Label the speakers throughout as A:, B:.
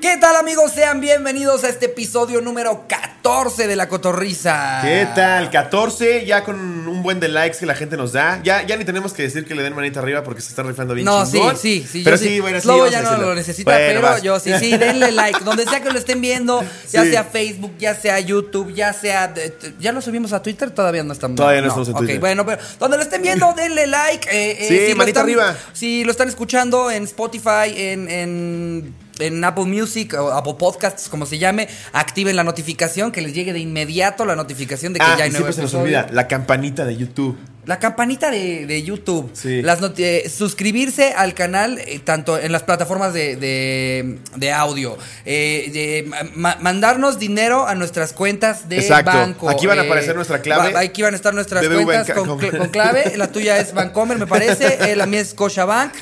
A: ¿Qué tal amigos? Sean bienvenidos a este episodio número 14 de La Cotorrisa.
B: ¿Qué tal? 14, ya con un buen de likes que la gente nos da. Ya, ya ni tenemos que decir que le den manita arriba porque se está rifando bien
A: No, sí,
B: chingón.
A: sí, sí.
B: Pero
A: yo
B: sí, bueno, sí.
A: Slobo
B: vamos
A: ya
B: a
A: no
B: decirlo.
A: lo necesita,
B: Bueno,
A: pero
B: vas.
A: yo sí, sí, denle like. Donde sea que lo estén viendo, ya
B: Sí.
A: sea Facebook, ya sea YouTube, ya sea. de- t- ¿Ya lo subimos a Twitter? Todavía no estamos.
B: Todavía no estamos en
A: ok,
B: Twitter.
A: bueno, pero donde lo estén viendo, denle like. eh, eh,
B: Sí,
A: lo
B: manita
A: están-
B: arriba.
A: Si lo están escuchando en Spotify, en. en en Apple Music o Apple Podcasts, como se llame, activen la notificación, que les llegue de inmediato la notificación de que
B: Ah,
A: ya hay
B: y
A: nuevo
B: siempre se nos
A: episodio.
B: olvida, la campanita de YouTube.
A: La campanita de, de YouTube.
B: Sí.
A: Las noti- eh, suscribirse al canal, eh, tanto en las plataformas de, de- de audio. Eh, de ma- ma- mandarnos dinero a nuestras cuentas de
B: Exacto.
A: banco.
B: Aquí van a
A: Eh,
B: aparecer nuestra clave.
A: va- aquí van a estar nuestras
B: BBVA
A: cuentas
B: en ca-
A: con,
B: con-
A: cl- con clave. La tuya es Bancomer, me parece. Eh, la mía es Scotiabank.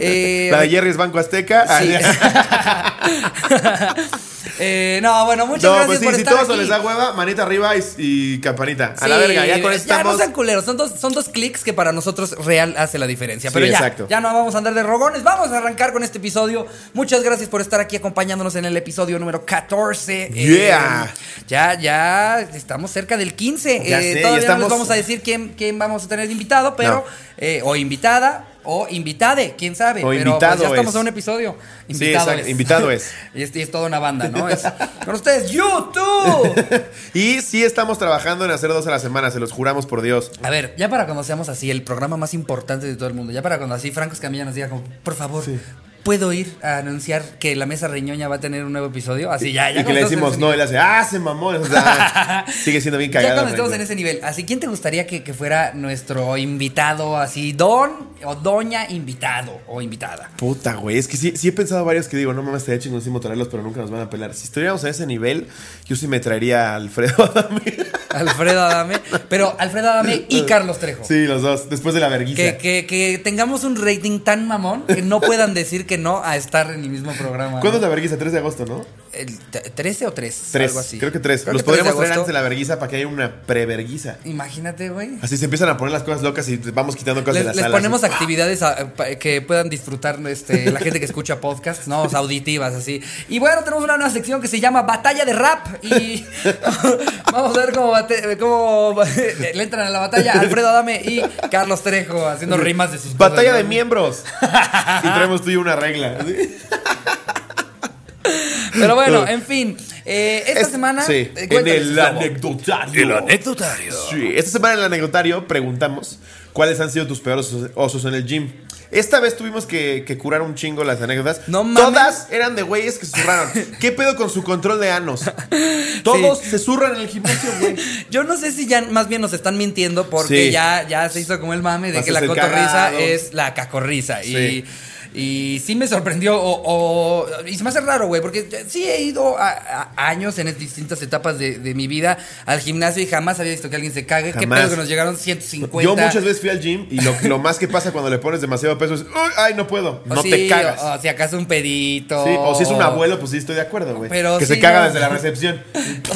A: Eh,
B: la de Jerry es Banco Azteca. Ah,
A: sí.
B: ya.
A: Eh, no, bueno, muchas
B: no,
A: gracias
B: pues sí,
A: por
B: si
A: estar
B: todos
A: aquí.
B: les da hueva, manita arriba y, y campanita. a la
A: Sí,
B: verga, ya con esto
A: Ya no
B: estamos.
A: sean culeros, son dos, son dos clics que para nosotros real hace la diferencia. Pero
B: Sí,
A: ya,
B: exacto.
A: ya no vamos a andar de rogones, vamos a arrancar con este episodio. Muchas gracias por estar aquí acompañándonos en el episodio número 14.
B: Yeah.
A: Eh, ya, ya estamos cerca del 15.
B: Ya
A: Eh,
B: sé,
A: todavía
B: ya
A: no
B: estamos-
A: les vamos a decir quién, quién vamos a tener de invitado, pero
B: No.
A: eh, o invitada. O invitade, quién sabe.
B: O
A: pero
B: invitado
A: pues, ya estamos
B: es.
A: a un episodio.
B: Sí, exacto, invitado es.
A: y, es, y es toda una banda, ¿no? Es, con ustedes, YouTube.
B: Y sí estamos trabajando en hacer dos a la semana, se los juramos por Dios.
A: A ver, ya para cuando seamos así, el programa más importante de todo el mundo, ya para cuando así Franco Escamilla nos diga como, por favor, ¿puedo ir a anunciar que la mesa reñoña va a tener un nuevo episodio? Así Ah, ya, ya.
B: y que
A: cuando
B: le
A: estemos
B: decimos
A: en
B: no,
A: ese
B: y le hace, ah, se mamó. O sea, sigue siendo bien
A: nivel. Ya
B: cagado.
A: cuando estemos
B: Franco.
A: en ese nivel. Así, ¿quién te gustaría que, que fuera nuestro invitado así, don o doña invitado o invitada?
B: Puta, güey. Es que sí, sí he pensado varios que digo, no mames, estaría chingoncísimo traerlos, pero nunca nos van a pelar. Si estuviéramos a ese nivel, yo sí me traería a Alfredo Adame.
A: Alfredo Adame, pero Alfredo Adame y Carlos Trejo.
B: Sí, los dos, después de la verguisa.
A: Que, que- que tengamos un rating tan mamón que no puedan decir que no a estar en el mismo programa.
B: ¿Cuándo
A: ¿no?
B: es la verguisa? 3 de agosto, ¿no?
A: El t- 13 o 3,
B: Tres.
A: algo así.
B: Creo que tres. los
A: que tres de
B: podríamos traer
A: agosto.
B: antes de la verguisa para que haya una preverguisa.
A: Imagínate, güey.
B: Así se empiezan a poner las cosas locas y vamos quitando cosas
A: Les,
B: de la
A: les
B: sala.
A: ponemos
B: así.
A: actividades a- pa- que puedan disfrutar este, la gente que escucha podcasts, ¿no? O sea, auditivas, así. Y bueno, tenemos una nueva sección que se llama Batalla de Rap. Y vamos a ver cómo, bate- cómo le entran a la batalla Alfredo Adame y Carlos Trejo haciendo rimas de sus cosas,
B: Batalla
A: ¿no?
B: de miembros. y traemos tú y una regla. ¿sí?
A: Pero bueno, en fin. eh, esta
B: Es-
A: semana.
B: Sí.
A: eh,
B: en
A: cuéntales,
B: el
A: Gustavo.
B: anecdotario.
A: anecdotario.
B: Sí, esta semana en el anecdotario preguntamos cuáles han sido tus peores osos- osos en el gym. Esta vez tuvimos que, que curar un chingo las anécdotas.
A: No mames.
B: Todas eran de güeyes que se zurraron. ¿Qué pedo con su control de anos? Todos se zurran en el gimnasio, güey.
A: Yo no sé si ya más bien nos están mintiendo porque
B: Sí.
A: ya, ya se hizo como el mame de
B: Vas
A: que
B: a
A: la
B: ser
A: cotorriza
B: cagado.
A: es la cacorriza.
B: Sí.
A: Y, y sí me sorprendió o, o- y se me hace raro, güey, porque yo- sí he ido a, a- años en distintas etapas de, de mi vida al gimnasio y jamás había visto que alguien se cague. Qué
B: Jamás.
A: pedo que nos llegaron 150.
B: Yo muchas veces fui al gym y lo, lo más que pasa cuando le pones demasiado peso es, "Uy, ay, no puedo.
A: O
B: No
A: sí,
B: te cagas.
A: O, o si acaso un pedito.
B: Sí, o si es un abuelo, pues sí estoy de acuerdo, güey.
A: Pero
B: Que
A: sí,
B: se caga
A: no.
B: desde la recepción.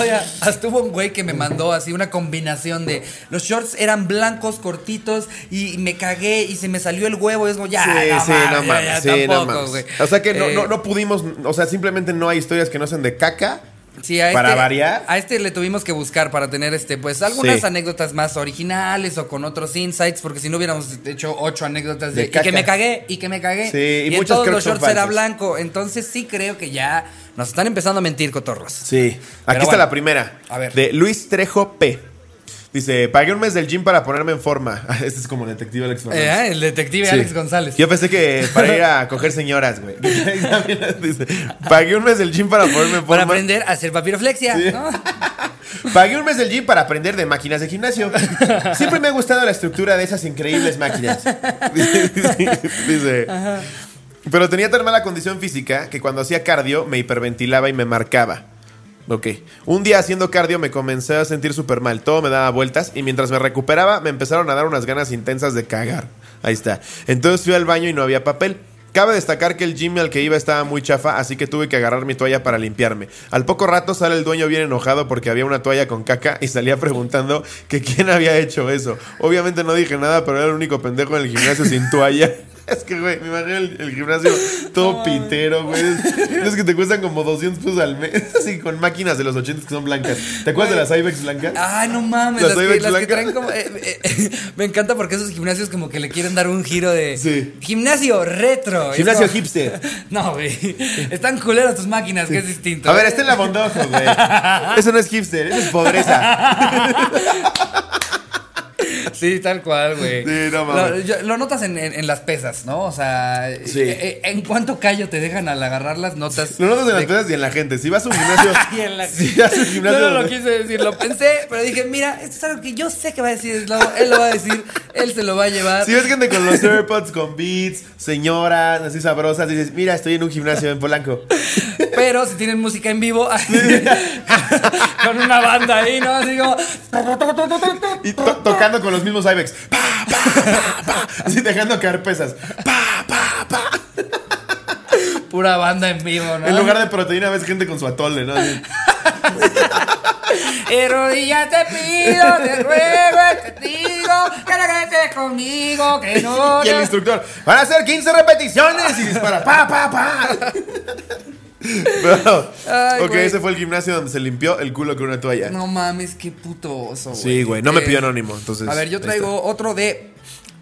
A: Oiga, hasta hubo un güey que me mandó así una combinación de los shorts eran blancos, cortitos, y me cagué y se me salió el huevo. Y es como, ya, no mames, ya, ya, tampoco, güey.
B: O sea que no,
A: Eh,
B: no, no pudimos, o sea, simplemente no hay historias que no sean de caca.
A: sí, a
B: para
A: este-
B: variar.
A: A este le tuvimos que buscar para tener este, pues, algunas
B: Sí.
A: anécdotas más originales o con otros insights, porque si no hubiéramos hecho ocho anécdotas de,
B: De
A: y
B: caca.
A: que me cagué, y que me cagué.
B: Sí,
A: en
B: y muchas
A: todos
B: creo
A: los
B: que son
A: shorts era
B: falsas.
A: blanco. Entonces sí creo que ya nos están empezando a mentir, cotorros.
B: Sí. Aquí
A: Pero
B: está
A: bueno.
B: la primera.
A: A ver.
B: De Luis Trejo P. Dice, pagué un mes del gym para ponerme en forma. Este es como el detective Alex Fernández.
A: Eh, el detective
B: Sí.
A: Alex González.
B: Yo pensé que para ir a coger señoras, güey. Dice, pagué un mes del gym para ponerme en forma.
A: Para aprender a hacer papiroflexia,
B: Sí.
A: ¿no?
B: Pagué un mes del gym para aprender de máquinas de gimnasio. Siempre me ha gustado la estructura de esas increíbles máquinas. Dice. Pero tenía tan mala condición física que cuando hacía cardio me hiperventilaba y me marcaba. Ok. Un día haciendo cardio me comencé a sentir súper mal. Todo me daba vueltas y mientras me recuperaba me empezaron a dar unas ganas intensas de cagar. Ahí está. Entonces fui al baño y no había papel. Cabe destacar que el gym al que iba estaba muy chafa, así que tuve que agarrar mi toalla para limpiarme. Al poco rato sale el dueño bien enojado porque había una toalla con caca y salía preguntando que quién había hecho eso. Obviamente no dije nada, pero era el único pendejo en el gimnasio sin toalla. Es que, güey, me imagino el, el gimnasio todo pitero, güey. Es que te cuestan como 200 pesos al mes. Así con máquinas de los 80 que son blancas. ¿Te acuerdas de las Ibex blancas?
A: Ay, no mames,
B: Las
A: las, que,
B: Ibex
A: las que
B: blancas.
A: traen como. eh, eh, eh, me encanta porque esos gimnasios como que le quieren dar un giro de.
B: Sí.
A: Gimnasio retro. Y
B: Gimnasio
A: es como-
B: hipster.
A: No, güey. Están culeras tus máquinas, que es distinto.
B: A ver, este está en la bondojo, güey. Eso no es hipster, eso es pobreza.
A: Sí, tal cual, güey.
B: Sí, no mames.
A: Lo, yo- lo notas en, en- en las pesas, ¿no? O sea,
B: Sí.
A: eh, eh, en cuánto callo te dejan al agarrar las notas.
B: No notas en las pesas y en la gente. Si vas a un gimnasio.
A: Y en la-
B: Si vas a un gimnasio.
A: No, no lo
B: donde-
A: quise decir, lo pensé, pero dije, mira, esto es algo que yo sé que va a decir Slobo, él lo va a decir, él se lo va a llevar.
B: Si ves gente con los AirPods, con beats, señoras, así sabrosas, dices, mira, estoy en un gimnasio en Polanco.
A: Pero si tienen música en vivo, con una banda ahí, ¿no? Así como.
B: Y to- tocando con los mismos Ibex. Pa, pa, pa, pa. Así dejando caer pesas. Pa, pa, pa.
A: Pura banda en vivo, ¿no?
B: En lugar de proteína ves gente con su atole, ¿no? Así.
A: Y rodillas te pido, te ruego, te digo, que la gente conmigo, que no.
B: Y el
A: no-
B: instructor, van a hacer 15 repeticiones y dispara, pa, pa, pa. Pero,
A: Ay,
B: ok,
A: güey.
B: ese fue el gimnasio donde se limpió el culo con una toalla.
A: No mames, qué puto oso, güey.
B: sí, güey, no me
A: Eh,
B: pidió anónimo, entonces.
A: A ver, yo
B: ahí
A: traigo otro de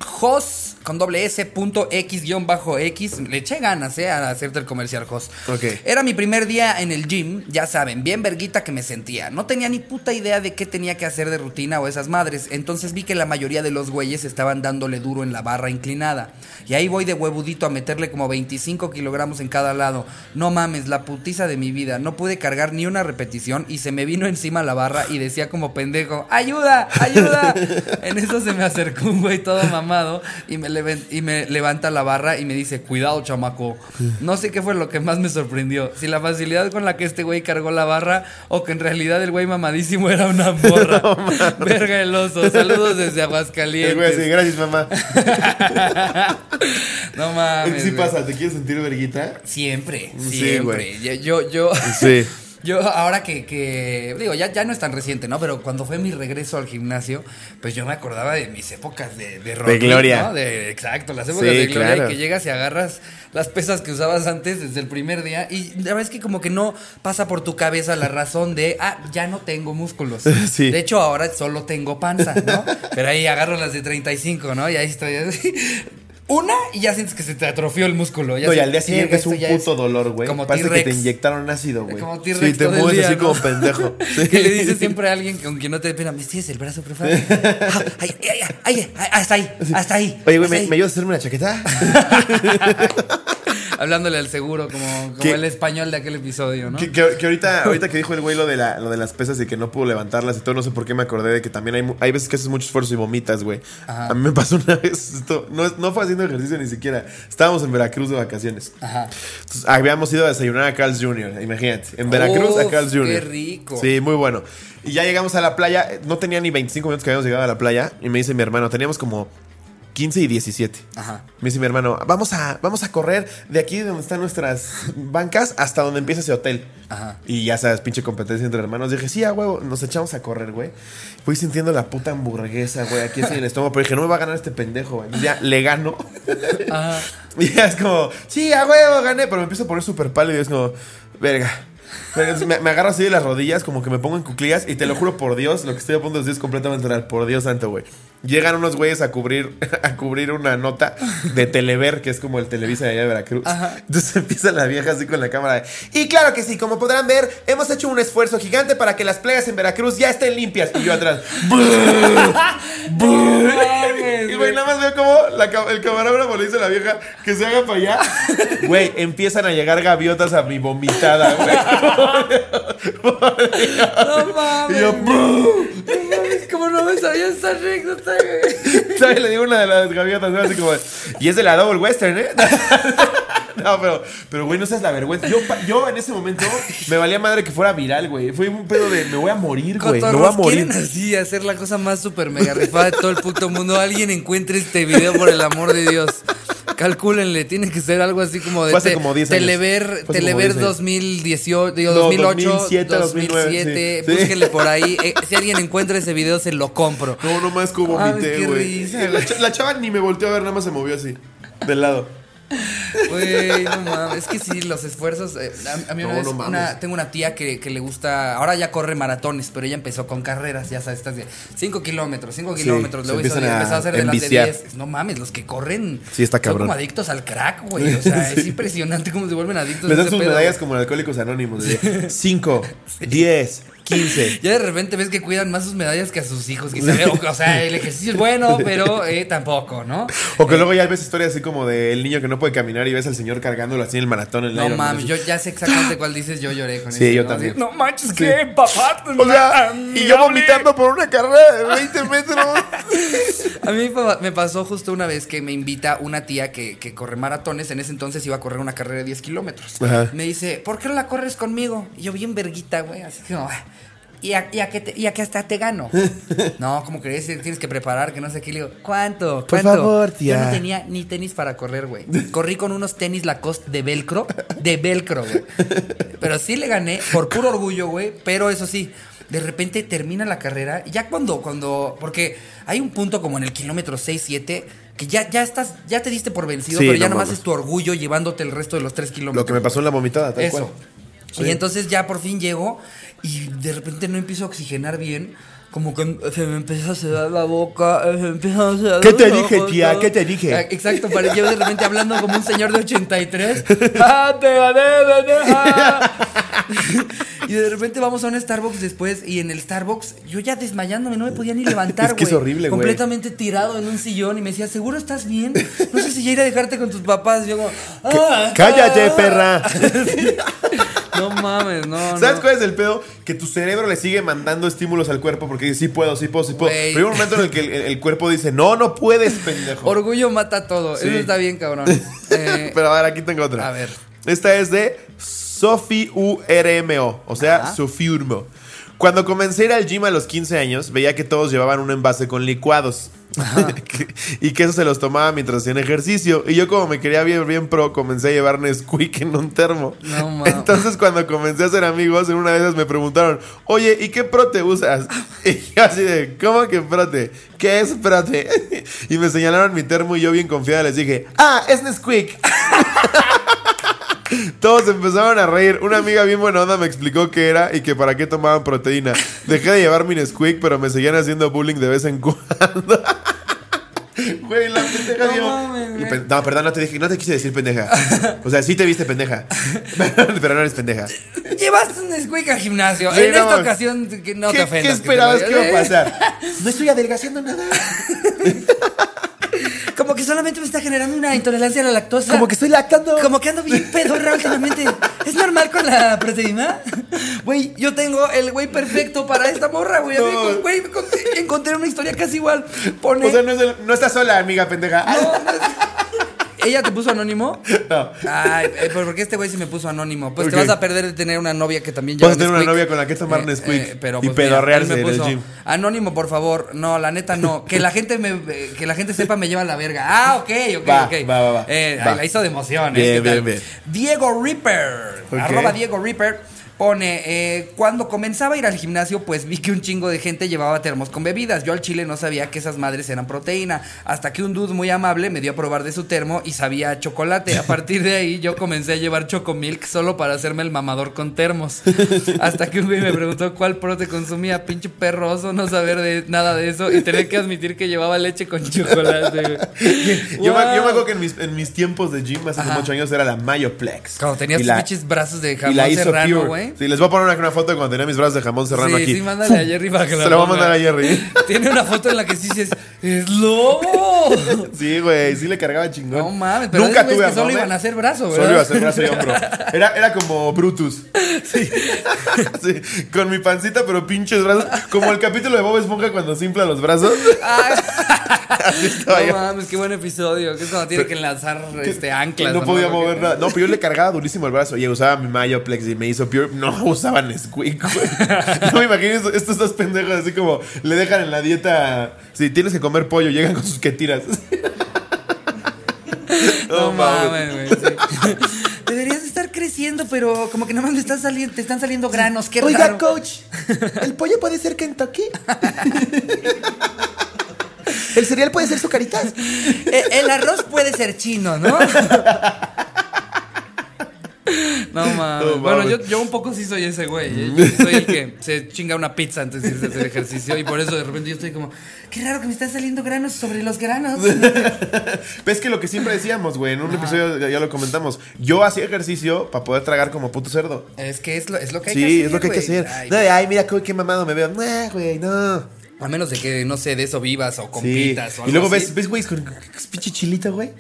A: Jos con doble S punto X guión bajo X. Le eché ganas, eh, a hacerte el comercial, Jos.
B: Ok.
A: Era mi primer día en el gym, ya saben, bien verguita que me sentía. No tenía ni puta idea de qué tenía que hacer de rutina o esas madres. Entonces vi que la mayoría de los güeyes estaban dándole duro en la barra inclinada. Y ahí voy de huevudito a meterle como 25 kilogramos en cada lado. No mames, la putiza de mi vida. No pude cargar ni una repetición y se me vino encima la barra y decía como pendejo, ¡ayuda! ¡ayuda! en eso se me acercó un güey todo mamado y me, leven- y me levanta la barra y me dice, cuidado chamaco. No sé qué fue lo que más me sorprendió. Si la facilidad con la que este güey cargó la barra o que en realidad el güey mamadísimo era una morra. Verga el oso. Saludos desde
B: está. El Eh, güey así,
A: Aguascalientes.
B: gracias, mamá.
A: no
B: Es que
A: mames.
B: sí
A: güey.
B: pasa, ¿te quieres sentir verguita?
A: Siempre,
B: Sí,
A: siempre.
B: güey.
A: yo, yo, yo-
B: Sí.
A: Yo ahora que, que- digo, ya, ya no es tan reciente, ¿no? Pero cuando fue mi regreso al gimnasio, pues yo me acordaba de mis épocas de, de rock,
B: gloria.
A: ¿no? De, exacto, las épocas
B: Sí,
A: de gloria y
B: claro.
A: que llegas y agarras las pesas que usabas antes desde el primer día y la verdad es que como que no pasa por tu cabeza la razón de, ah, ya no tengo músculos.
B: Sí.
A: De hecho, ahora solo tengo panza, ¿no? Pero ahí agarro las de 35, ¿no? Y ahí estoy así. Una y ya sientes que se te atrofió el músculo. Ya
B: No, y
A: sientes,
B: al día siguiente
A: "Verga,
B: es un
A: esto ya
B: puto dolor, güey.
A: como
B: Parece que te
A: T-Rex.
B: inyectaron ácido, güey.
A: Como T-Rex
B: Sí, te
A: todo el
B: mueves
A: día,
B: así
A: ¿no?
B: como pendejo. Sí.
A: Que le dices siempre a alguien con quien no te pena, me tienes el brazo, por favor. Ah, ay, ay, ay, ay, ay, hasta ahí, hasta ahí.
B: Oye, güey,
A: hasta
B: ¿me,
A: ahí.
B: ¿me ayudas a hacerme la chaqueta?
A: Hablándole al seguro, como, como
B: ¿Qué?
A: el español de aquel episodio, ¿no?
B: Que, que- que ahorita, ahorita que dijo el güey lo de, la- lo de las pesas y que no pudo levantarlas y todo, no sé por qué me acordé de que también hay, mu- hay veces que haces mucho esfuerzo y vomitas, güey.
A: Ajá.
B: A mí me pasó una vez, esto, no, es- no fue haciendo ejercicio ni siquiera. Estábamos en Veracruz de vacaciones.
A: Ajá.
B: Entonces, habíamos ido a desayunar a Carl's Jr., imagínate. En Veracruz
A: Uf,
B: a Carl's
A: qué
B: Jr.
A: rico.
B: Sí, muy bueno. Y ya llegamos a la playa, eh, no tenía ni 25 minutos que habíamos llegado a la playa y me dice mi hermano, teníamos como 15 y 17.
A: Ajá.
B: Me dice mi hermano, vamos a, vamos a correr de aquí de donde están nuestras bancas hasta donde empieza ese hotel.
A: Ajá.
B: Y ya sabes, pinche competencia entre hermanos. Dije, sí, a huevo, nos echamos a correr, güey. Fui sintiendo la puta hamburguesa, güey, aquí así en el estómago. Pero dije, no me va a ganar este pendejo, güey. Entonces ya le gano.
A: Ajá.
B: Y ya es como, sí, a huevo, gané. Pero me empiezo a poner súper pálido y es como, verga. Verga, entonces Me, me agarro así de las rodillas, como que me pongo en cuclillas. Y te lo juro por Dios, lo que estoy a punto de decir es completamente real. Por Dios santo, güey. Llegan unos güeyes a cubrir, a cubrir una nota de Telever, que es como el Televisa de allá de Veracruz.
A: Ajá.
B: Entonces empieza la vieja así con la cámara. de, Y claro que sí, como podrán ver, hemos hecho un esfuerzo gigante para que las playas en Veracruz ya estén limpias. Y yo atrás.
A: No
B: Y
A: mames,
B: güey,
A: güey.
B: nada más veo como la ca- el camarógrafo le dice a la vieja que se haga para allá. Güey, empiezan a llegar gaviotas a mi vomitada, güey.
A: No
B: Y yo,
A: mames.
B: "Bú".
A: No mames, Como no me sabía esta anécdota, güey.
B: ¿sabes? Le digo una de las gaviotas, ¿no? Así como, y es de la Double Western, ¿eh? No, pero, pero güey, no seas la vergüenza. Yo, pa- yo en ese momento me valía madre que fuera viral, güey. Fue un pedo de, me voy a morir, güey. Me voy a
A: Cotorros,
B: morir.
A: quieren así hacer la cosa más super mega rifada de todo el puto mundo. Alguien encuentre este video por el amor de Dios. Calcúlenle, tiene que ser algo así como de
B: Fue hace como 10 años.
A: Telever,
B: Fue hace como
A: Telever
B: 10 años.
A: 2018, digo,
B: No,
A: 2008,
B: 2007,
A: 2007,
B: 2009, sí.
A: búsquenle
B: Sí.
A: por ahí. Eh, si alguien encuentra ese video, se lo compro.
B: No, no más como
A: Ay,
B: vomité,
A: qué
B: güey.
A: risa,
B: La, cha- la chava ni me volteó a ver, nada más se movió así. del lado.
A: Güey, no mames. Es que sí, los esfuerzos. eh, a, a mí una
B: No,
A: vez,
B: no
A: una-
B: mames.
A: tengo una tía que, que le gusta. Ahora ya corre maratones, pero ella empezó con carreras, ya sabes, estas de 5 kilómetros, 5
B: Sí,
A: kilómetros.
B: se
A: Luego hizo
B: empiezan
A: 10,
B: a
A: empezó a hacer de las de
B: enviciar.
A: 10. No mames, los que corren.
B: Sí, está cabrón.
A: Son como adictos al crack, güey. O sea, es
B: Sí.
A: impresionante cómo se vuelven adictos
B: Les
A: a
B: dan
A: ese
B: sus
A: pedo,
B: medallas
A: güey.
B: como en Alcohólicos Anónimos. 5, 10, 15.
A: Ya de repente ves que cuidan más sus medallas que a sus hijos. Que se ve, o, o sea, el ejercicio es bueno, pero eh, tampoco, ¿no?
B: O que luego ya ves historias así como del niño que no puede caminar y ves al señor cargándolo así en el maratón. En el
A: No
B: Ironman,
A: mames,
B: así. ¡Ah!
A: yo ya sé exactamente cuál dices, yo lloré con
B: Sí,
A: eso,
B: yo
A: ¿no?
B: también.
A: Así, No manches, qué papá.
B: O sea,
A: tan
B: y yo
A: amable".
B: vomitando por una carrera de 20 metros.
A: A mí pa- me pasó justo una vez que me invita una tía que, que corre maratones. En ese entonces iba a correr una carrera de 10 kilómetros.
B: Ajá.
A: Me dice, ¿por qué no la corres conmigo? Y yo bien verguita, güey. Así que, no, y a, y a que te- y a que hasta te gano. no, ¿cómo crees? Tienes que preparar, que no sé qué. Le digo, ¿cuánto? ¿Cuánto?
B: Por favor, tía.
A: Yo no tenía ni tenis para correr, güey. Corrí con unos tenis Lacoste de velcro. De velcro, güey. Pero sí le gané por puro orgullo, güey. Pero eso sí, de repente termina la carrera. y Ya cuando, cuando. Porque hay un punto como en el kilómetro 6, 7, que ya, ya estás, ya te diste por vencido,
B: Sí,
A: pero ya
B: no
A: nomás
B: mames.
A: es tu orgullo llevándote el resto de los 3 kilómetros.
B: Lo que me pasó en la vomitada, tal
A: Eso.
B: cual. Sí.
A: Y entonces ya por fin llego y de repente no empiezo a oxigenar bien. Como que em, se me empieza a sedar la boca, eh, se me empieza a sedar
B: ¿Qué te
A: los
B: dije,
A: ojos,
B: tía?
A: todo.
B: ¿Qué te dije?
A: Ah, Exacto, para yo de repente hablando como un señor de 83. ¡Ah, te gané, bebé! ah. y de repente vamos a un Starbucks después y en el Starbucks yo ya desmayándome, no me podía ni levantar,
B: Es que es
A: güey.
B: horrible, güey.
A: Completamente tirado en un sillón y me decía, ¿seguro estás bien? No sé si ya ir a dejarte con tus papás. Y yo como, "Ah,
B: Cállate,
A: ah".
B: perra.
A: No mames, no.
B: ¿Sabes
A: no.
B: cuál es el pedo? Que tu cerebro le sigue mandando estímulos al cuerpo porque dice, sí puedo, sí puedo, sí puedo.
A: Güey.
B: Pero hay un momento en el que el, el cuerpo dice, no, no puedes, pendejo.
A: Orgullo mata todo.
B: Sí.
A: Eso está bien, cabrón. Eh,
B: Pero a ver, aquí tengo otra.
A: a ver.
B: Esta es de Sofi URMO, o sea,
A: Ajá.
B: Sofiurmo. Cuando comencé a ir al gym a los 15 años, veía que todos llevaban un envase con licuados. y que eso se los tomaba mientras hacían ejercicio. Y yo, como me quería bien, bien pro, comencé a llevar Nesquik en un termo.
A: No mames.
B: Entonces, cuando comencé a ser amigos, en una de esas me preguntaron, oye, ¿y qué prote usas? Y yo así de, ¿cómo que prote? ¿Qué es prote? y me señalaron mi termo y yo, bien confiada, les dije, ah, es Nesquik. Todos empezaron a reír. Una amiga bien buena onda me explicó qué era y que para qué tomaban proteína. Dejé de llevar mi Nesquik, pero me seguían haciendo bullying de vez en cuando. Güey, la pendeja
A: No
B: dio-
A: mames, güey.
B: Y pen- No, perdón, no te dije, no te quise decir pendeja. O sea, sí te viste pendeja. Pero no eres pendeja.
A: Llevaste un squeak al gimnasio.
B: Sí,
A: en
B: no,
A: esta
B: güey.
A: ocasión que no te
B: ¿Qué, qué
A: ofendas. te
B: esperabas
A: lo
B: que
A: diga.
B: iba a pasar? No estoy adelgazando nada.
A: Eh, Como que solamente me está generando una intolerancia a la lactosa.
B: estoy lactando.
A: Como que ando bien pedorra últimamente. ¿Es normal con la proteína? Güey, yo tengo el güey perfecto para esta morra, güey. A mí,
B: No.
A: con- Güey, me con- encontré una historia casi igual. Pone.
B: O sea, no, es el- no estás sola, amiga pendeja.
A: No, no es- ¿Ella te puso anónimo?
B: No.
A: Ay, eh, pero ¿por qué este güey se me puso anónimo? Pues
B: Ok.
A: te vas a perder de tener una novia que también lleva
B: Vas a tener una
A: Nesquik.
B: novia con la que tomar Nesquik
A: pero,
B: y
A: pues, mira,
B: pedorrearse
A: él me
B: en el
A: puso,
B: gym.
A: Anónimo, por favor. No, la neta no. Que la gente me eh, que la gente sepa me lleva a la verga. Ah, ok, ok,
B: Va,
A: ok.
B: va, va, va.
A: Eh,
B: Va.
A: ay, la hizo de emoción,
B: Bien,
A: eh. ¿qué tal?
B: bien, bien.
A: Diego Ripper.
B: Ok.
A: Arroba Diego Ripper. Pone, eh, cuando comenzaba a ir al gimnasio, pues vi que un chingo de gente llevaba termos con bebidas. Yo al chile no sabía que esas madres eran proteína. Hasta que un dude muy amable me dio a probar de su termo y sabía a chocolate. A partir de ahí yo comencé a llevar chocomilk solo para hacerme el mamador con termos. Hasta que un güey me preguntó cuál prote consumía. Pinche perroso, no saber de nada de eso y tener que admitir que llevaba leche con chocolate. güey.
B: Yo, me, yo me
A: Wow.
B: acuerdo que en mis, en mis tiempos de gym hace como
A: Ajá.
B: 8 años era la Mayoplex.
A: Cuando tenías
B: Y
A: tus
B: la-
A: pinches brazos de
B: y la
A: jamón
B: hizo
A: serrano,
B: Pure.
A: güey.
B: Sí, les voy a poner una, una foto de cuando tenía mis brazos de jamón serrano
A: sí,
B: aquí.
A: Sí, mándale a Jerry para que la
B: Se lo voy a
A: ponga.
B: mandar a Jerry.
A: Tiene una foto en la que sí dices, ¡es lobo!
B: Sí, güey, sí le cargaba chingón.
A: No mames, pero
B: Nunca
A: esos güeyes que
B: tuve
A: solo
B: abdomen.
A: iban a hacer brazo, ¿verdad?
B: Solo iba a hacer brazo y hombro. Era, era como Brutus. Sí. Sí, Con mi pancita, pero pinches brazos. Como el capítulo de Bob Esponja cuando se infla los brazos. Así estaba
A: Ay,
B: yo.
A: Ah, no mames, qué buen episodio. Que es cuando tiene que lanzar este
B: Que
A: anclas.
B: no podía
A: Porque-
B: mover nada. No, pero yo le cargaba durísimo el brazo. Y usaba mi Mayoplex y me hizo Pure. No usaba Nesquik, güey. No me imagino esto- estos dos pendejos así como le dejan en la dieta. Si tienes que comer pollo, llegan con sus que tiras.
A: No mames, güey. sí. Deberías estar creciendo, pero como que nomás me están saliendo, te están saliendo granos. Qué raro.
B: coach, ¿el pollo puede ser Kentucky?
C: El cereal puede ser su caritas.
A: El, Eh, el arroz puede ser chino, ¿no? No mames.
B: No
A: bueno,
B: mames.
A: yo, yo un poco sí soy ese güey. ¿eh? Yo soy el que se chinga una pizza antes de irse a hacer ejercicio. Y por eso de repente yo estoy como, qué raro que me están saliendo granos sobre los granos.
B: Ves que lo que siempre decíamos, güey, en un episodio ya- ya lo comentamos. Yo hacía ejercicio para poder tragar como puto cerdo.
A: Es que es lo, es lo que hay que hacer.
B: Sí, es lo que hay que
A: güey.
B: hacer.
A: Ay,
B: No, Ay, mira qué, qué mamado me veo. No, güey, no.
A: A menos de que, no sé, de eso vivas o
B: Sí.
A: compitas o algo
B: Y luego
A: así.
B: ves, ves, güey, con con- con pinche chilita, güey.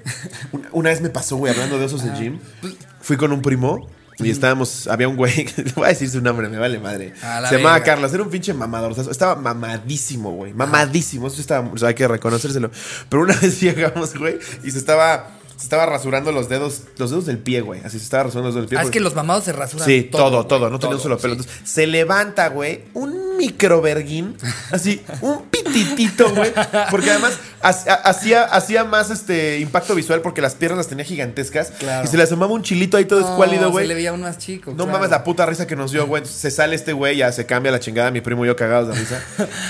B: Una, una vez me pasó, güey, hablando de osos de gym.
A: Pues,
B: Fui con un primo y estábamos, había un güey, le voy a decir su nombre, me vale madre.
A: A la
B: Se llamaba
A: verga.
B: Carlos, era un pinche mamador. o sea, estaba mamadísimo, güey. Mamadísimo. Eso estaba, o sea, hay que reconocérselo. Pero una vez llegamos, güey, y se estaba, se estaba rasurando los dedos, los dedos del pie, güey. Así se estaba rasurando los dedos del pie.
A: Ah, es
B: porque-
A: que los mamados se rasuran.
B: Sí, todo, todo,
A: güey,
B: no tenía un solo pelo.
A: sí.
B: Entonces, se levanta, güey, un microverguín, así, un pititito, güey. Porque además ha- ha- hacía, hacía más este impacto visual porque las piernas las tenía gigantescas.
A: Claro.
B: Y se le asomaba un chilito ahí todo
A: No,
B: escuálido, güey.
A: Se le veía uno más chico.
B: No
A: claro.
B: mames la puta risa que nos dio, güey. Entonces, Se sale este güey, ya se cambia la chingada, mi primo y yo cagados de risa.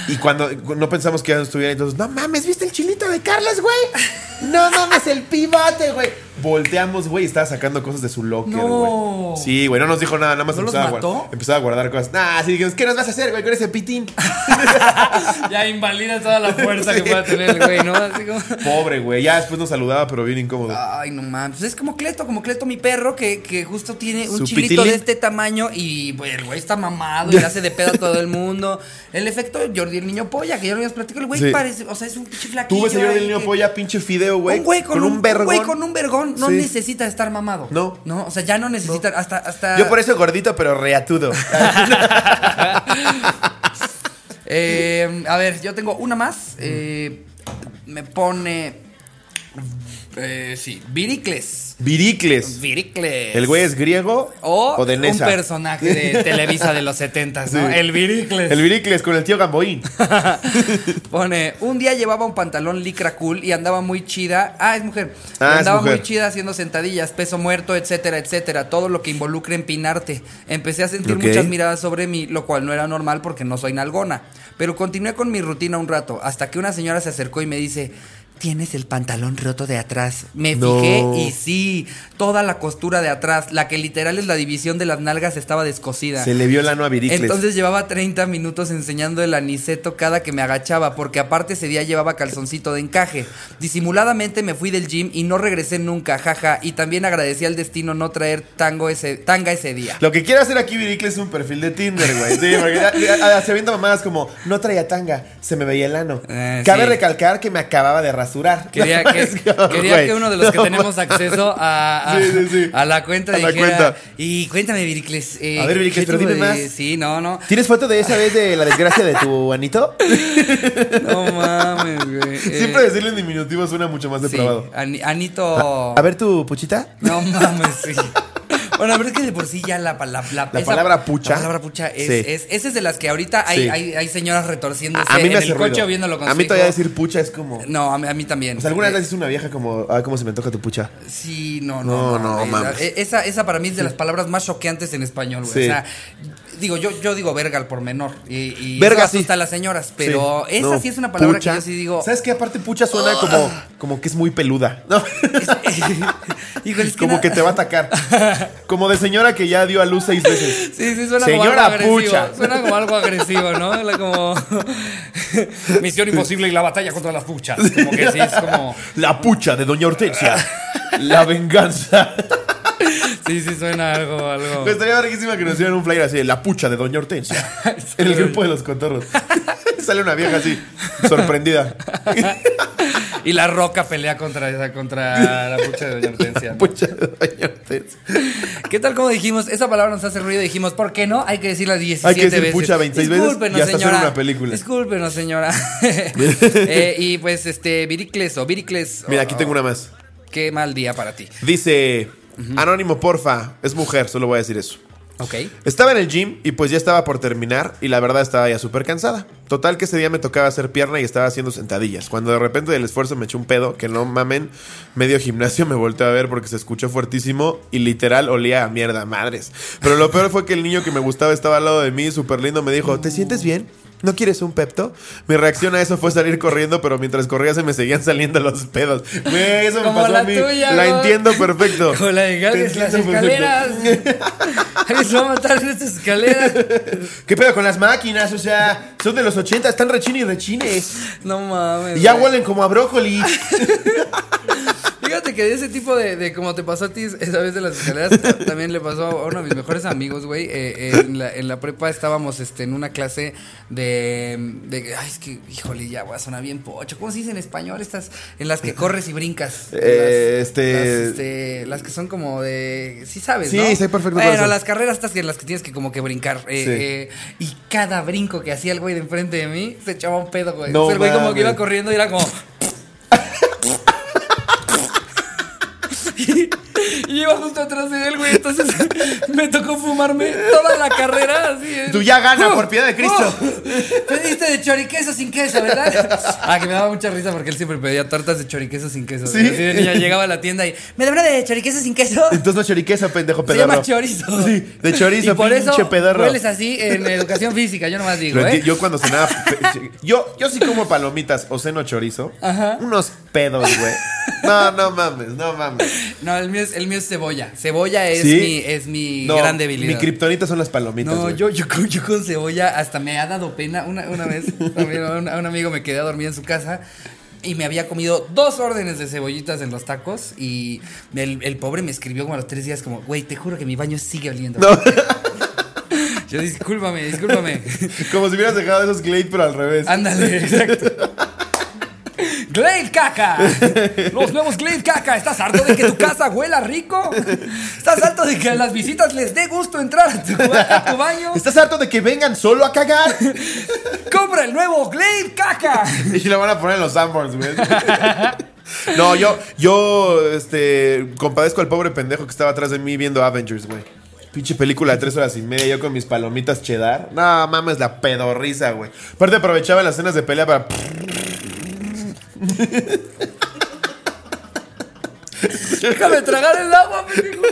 B: Y cuando no pensamos que ya estuviera, entonces, no mames, ¿viste el chilito de Carlos, güey? No mames, el pivote, güey. Volteamos, güey, y estaba sacando cosas de su locker, güey.
A: No.
B: Sí, güey, no nos dijo nada, nada más
A: ¿No los
B: empezaba, a guardar-
A: mató?
B: empezaba a guardar cosas. Nah, sí, dijimos, ¿qué nos vas a hacer, güey, con ese pitín?
A: Ya invalida toda la fuerza que pueda tener el güey, ¿no? Así como...
B: Pobre, güey. Ya después nos saludaba, pero bien incómodo.
A: Ay, no mames. Pues es como Cleto, como Cleto, mi perro, que, que justo tiene un
B: Su
A: chilito
B: pitilín.
A: de este tamaño y güey, el güey está mamado y le hace de pedo a todo el mundo. El efecto Jordi el niño polla, que yo les platico, el güey
B: Sí.
A: parece, o sea, es un pinche flaquillo.
B: Tú ves a Jordi
A: ahí
B: el niño
A: que-
B: polla, pinche fideo, güey.
A: un güey con, un,
B: vergón.
A: güey con un vergón no
B: Sí.
A: necesita estar mamado.
B: No.
A: No, o sea, ya no necesita hasta hasta
B: Yo por eso gordito, pero reatudo.
A: Eh, a ver, yo tengo una más. Eh, me pone eh, sí, Viricles.
B: Viricles.
A: Viricles.
B: ¿El güey es griego
A: O,
B: o, de
A: un
B: Nesa?
A: personaje de Televisa de los 70 ¿no?
B: Sí.
A: El Viricles.
B: El Viricles con el tío Gamboín.
A: Pone, un día llevaba un pantalón licra cool y andaba muy chida. Ah, es mujer. Y
B: Ah, es
A: andaba
B: mujer.
A: muy chida haciendo sentadillas, peso muerto, etcétera, etcétera. Todo lo que involucre empinarte. Empecé a sentir
B: Ok.
A: muchas miradas sobre mí, lo cual no era normal porque no soy nalgona. Pero continué con mi rutina un rato, hasta que una señora se acercó y me dice. Tienes el pantalón roto de atrás. Me
B: No.
A: fijé y sí, toda la costura de atrás, la que literal es la división de las nalgas estaba descosida.
B: Se le vio el ano a Viricles.
A: Entonces llevaba 30 minutos enseñando el aniceto cada que me agachaba, porque aparte ese día llevaba calzoncito de encaje. Disimuladamente me fui del gym y no regresé nunca, jaja. Y también agradecí al destino no traer tango ese, tanga ese día.
B: Lo que quiere hacer aquí Viricles es un perfil de Tinder, güey. Sí, porque ya- ya- ya se avienta mamadas como, no traía tanga, se me veía el ano.
A: Eh,
B: Cabe
A: sí.
B: recalcar que me acababa de rasurar.
A: Quería,
B: No
A: que,
B: mames, cabrón,
A: quería
B: güey.
A: que uno de los que
B: No
A: tenemos acceso a, a,
B: Sí, sí, sí.
A: a la cuenta
B: A la
A: dijera,
B: cuenta.
A: Y cuéntame, Viricles. eh,
B: A ver, Viricles,
A: ¿qué
B: pero
A: tipo
B: dime
A: de-
B: más.
A: Sí, no, no.
B: mames. ¿Tienes foto de esa vez de la desgracia de tu anito?
A: No mames, güey. eh,
B: Siempre decirle en diminutivo suena mucho más
A: sí,
B: depravado.
A: Ani- Anito.
B: A ver tu puchita.
A: No mames, sí. Bueno, pero es que de por sí ya la, pala- la,
B: La palabra pucha.
A: La palabra pucha es,
B: Sí.
A: es, esa es de las que ahorita hay,
B: Sí.
A: hay, hay señoras retorciéndose
B: A, a mí me
A: en
B: hace
A: el
B: ruido.
A: coche o viéndolo con
B: A
A: su
B: mí
A: hijo.
B: todavía decir pucha es como...
A: No, a mí, a mí también.
B: O sea, alguna vez
A: Eh,
B: le dices a una vieja como, ah, cómo se me antoja tu pucha.
A: Sí, no, no.
B: No, no,
A: güey.
B: mames.
A: Eh, Esa, esa para mí es de las palabras más choqueantes en español, güey.
B: Sí.
A: O sea, digo, yo, yo digo verga al por menor. Y, y
B: Verga,
A: eso
B: sí.
A: asusta a las señoras. Pero
B: Sí.
A: esa
B: No,
A: sí es una palabra
B: pucha.
A: que yo sí digo. "Ah".
B: ¿Sabes qué? Aparte, pucha suena como, como que es muy peluda. No.
A: Híjole, es que
B: como
A: na-
B: que te va a atacar. Como de señora que ya dio a luz seis veces.
A: Sí, sí, suena
B: Señora
A: como algo agresivo.
B: pucha.
A: Suena como algo agresivo, ¿no? Era como. Misión imposible y la batalla contra las puchas. Como que sí, es como.
B: La pucha de Doña Hortensia. La venganza.
A: Sí, sí, suena algo, algo.
B: Me estaría verguísima que nos dieran un flyer así de la pucha de Doña Hortensia. En el grupo de los contornos. Sale una vieja así, sorprendida.
A: Y la roca pelea contra esa, contra la pucha de Doña Hortensia.
B: Pucha de Doña Hortensia.
A: ¿Qué tal como dijimos? Esa palabra nos hace ruido. Dijimos, ¿por qué no? Hay que decirla 17
B: Hay que decir
A: veces.
B: pucha 26 veces
A: Discúlpenos,
B: y hasta hacer
A: señora.
B: una película.
A: Discúlpenos, señora. Eh, y pues, este, Viricles o Viricles.
B: Mira,
A: oh,
B: aquí tengo una más.
A: Qué mal día para ti.
B: Dice, anónimo, porfa. Es mujer, solo voy a decir eso.
A: Ok.
B: Estaba en el gym y pues ya estaba por terminar y la verdad estaba ya súper cansada. Total que ese día me tocaba hacer pierna y estaba haciendo sentadillas. Cuando de repente del esfuerzo me eché un pedo, que no mamen, medio gimnasio me volteó a ver porque se escuchó fuertísimo y literal olía a mierda, madres. Pero lo peor fue que el niño que me gustaba estaba al lado de mí, súper lindo, me dijo, ¿te sientes bien? ¿No quieres un Pepto? Mi reacción a eso fue salir corriendo, pero mientras corría se me seguían saliendo los pedos. Güey, eso
A: Como
B: me pasó
A: la
B: a mí.
A: tuya,
B: la
A: güey.
B: entiendo perfecto.
A: Con la de Gales,
B: Te
A: las
B: entiendo perfecto.
A: escaleras. Alguien se va a matar en estas escaleras.
B: ¿Qué pedo con las máquinas? O sea, son de los 80, están rechine y rechine.
A: No mames.
B: Y ya
A: güey.
B: huelen como a brócoli.
A: Fíjate que de ese tipo de, de como te pasó a ti esa vez de las escaleras, ta- también le pasó a uno de mis mejores amigos, güey. Eh, eh, en, la, en la prepa estábamos este, en una clase de, de- Ay, es que, híjole, ya voy a sonar bien pocho. ¿Cómo se dice en español estas en las que corres y brincas?
B: Eh,
A: Las-
B: este-
A: Las, este, las que son como de... Sí sabes,
B: Sí,
A: ¿no?
B: sé perfecto para
A: Bueno,
B: eso.
A: las carreras estas que- en las que tienes que como que brincar. eh, eh,
B: Sí.
A: y cada brinco que hacía el güey de enfrente de mí, se echaba un pedo, güey.
B: No
A: Entonces el güey como que
B: mames.
A: iba corriendo y era como... Y iba justo atrás de él, güey. Entonces me tocó fumarme toda la carrera. Así, eh.
B: Tú ya gana, por piedad de Cristo.
A: Uh, pediste de choriqueso sin queso, ¿verdad? Ah, que me daba mucha risa porque él siempre pedía tartas de choriqueso sin queso.
B: Sí.
A: Y así de niña llegaba a la tienda y me da una de choriqueso sin queso.
B: Entonces no choriqueza, pendejo
A: Se
B: pedarro.
A: llama chorizo.
B: Sí, de chorizo,
A: Y por eso
B: pinche pedarro.
A: hueles así en educación física, yo nomás digo,
B: Lo enti-
A: ¿eh?
B: Yo cuando cenaba. pe- yo, yo sí como palomitas o ceno chorizo. Unos pedos, güey. No, no mames, no mames.
A: No, el mío es, el mío es cebolla. Cebolla es
B: ¿Sí?
A: mi, es mi
B: No,
A: gran debilidad.
B: Mi kriptonita son las palomitas.
A: No,
B: güey.
A: yo, yo, con, yo con cebolla hasta me ha dado pena. Una, una vez también a un, a un amigo me quedé a dormir en su casa y me había comido dos órdenes de cebollitas en los tacos y el, el pobre me escribió como a los tres días como, güey, te juro que mi baño sigue oliendo.
B: No.
A: Yo discúlpame, discúlpame.
B: Como si hubieras dejado esos Glade, pero al revés.
A: Ándale, exacto. Glade Caca. Los nuevos Glade Caca. ¿Estás harto de que tu casa huela rico? ¿Estás harto de que a las visitas les dé gusto entrar a tu, a tu baño?
B: ¿Estás harto de que vengan solo a cagar?
A: ¡Compra el nuevo Glade Caca!
B: Y lo van a poner en los Sanborns, güey. No, yo, yo, este, compadezco al pobre pendejo que estaba atrás de mí viendo Avengers, güey. Pinche película de tres horas y media, yo con mis palomitas cheddar. No, mames, la pedorriza, güey. Aparte aprovechaba las cenas de pelea para...
A: Déjame tragar el agua, pendejo.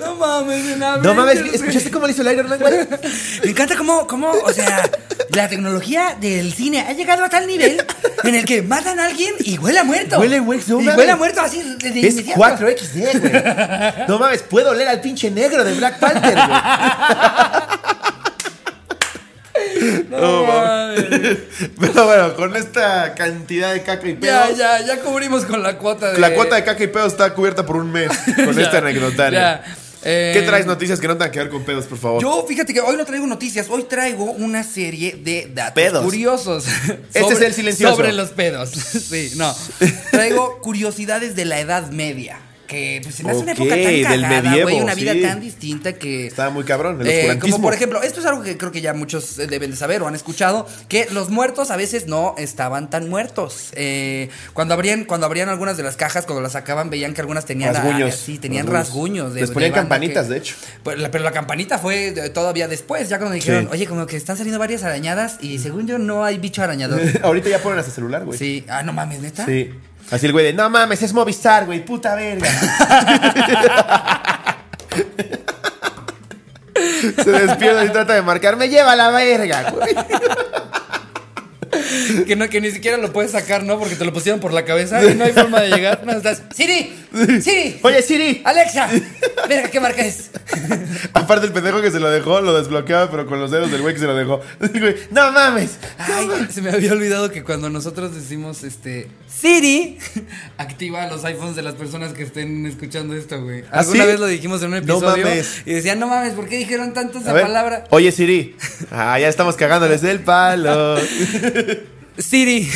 A: No mames, de nada.
B: cómo le hizo el Iron Man, güey?
A: Me encanta cómo, cómo, o sea, la tecnología del cine ha llegado a tal nivel en el que matan a alguien y huele a muerto.
B: Huele, güey, no
A: Y
B: mames.
A: huele a muerto así de de
B: Es
A: inmediato.
B: 4XD, güey. No mames, puedo oler al pinche negro de Black Panther, güey.
A: No
B: No
A: mames.
B: Pero bueno, con esta cantidad de caca y pedo...
A: Ya, ya, ya cubrimos con la cuota de.
B: La cuota de caca y pedo está cubierta por un mes con este anecdotario.
A: Ya. Eh,
B: ¿Qué traes noticias que no tengan que ver con pedos, por favor?
A: Yo, fíjate que hoy no traigo noticias, hoy traigo una serie de datos
B: Pedos.
A: curiosos.
B: Este es el silencioso.
A: Sobre los pedos. sí, no. Traigo curiosidades de la Edad Media. Que pues se me hace una época
B: Ok,
A: tan
B: del
A: cagada, güey,
B: medievo,
A: una vida
B: sí.
A: tan distinta que...
B: Estaba muy cabrón, el
A: Eh,
B: oscurantismo.
A: como por ejemplo, esto es algo que creo que ya muchos eh, deben de saber o han escuchado, que los muertos a veces no estaban tan muertos. Eh, cuando abrían cuando abrían algunas de las cajas, cuando las sacaban, veían que algunas tenían
B: Rasguños.
A: ah, sí, tenían
B: Rasguños.
A: rasguños. de-
B: Les
A: de
B: ponían
A: banda
B: campanitas,
A: que-
B: de hecho.
A: Pues, la- Pero la campanita fue de- todavía después, ya cuando dijeron, oye, como que están saliendo varias arañadas y según yo no hay bicho arañador.
B: Ahorita ya ponen hasta celular, güey.
A: sí, ah, no mames, neta.
B: Sí. Así el güey de, no mames, es Movistar, güey, puta verga. Se despierta y trata de marcar, me lleva a la verga, güey.
A: Que, no, que ni siquiera lo puedes sacar, ¿no? Porque te lo pusieron por la cabeza y no hay forma de llegar. No, estás, Siri, Siri,
B: Oye, Siri.
A: Alexa, verga, ¿qué marca es?
B: Aparte el pendejo que se lo dejó, lo desbloqueaba, pero con los dedos del güey que se lo dejó. Así, güey, no mames.
A: Ay, se me había olvidado que cuando nosotros decimos este Siri activa los iPhones de las personas que estén escuchando esto, güey. Alguna
B: ¿Ah, sí?
A: vez lo dijimos en un
B: No
A: episodio
B: mames.
A: y decían, "No mames, ¿por qué dijeron tanto esa
B: A ver,
A: palabra?"
B: Oye, Siri. Ah, ya estamos cagándoles del palo.
A: Siri.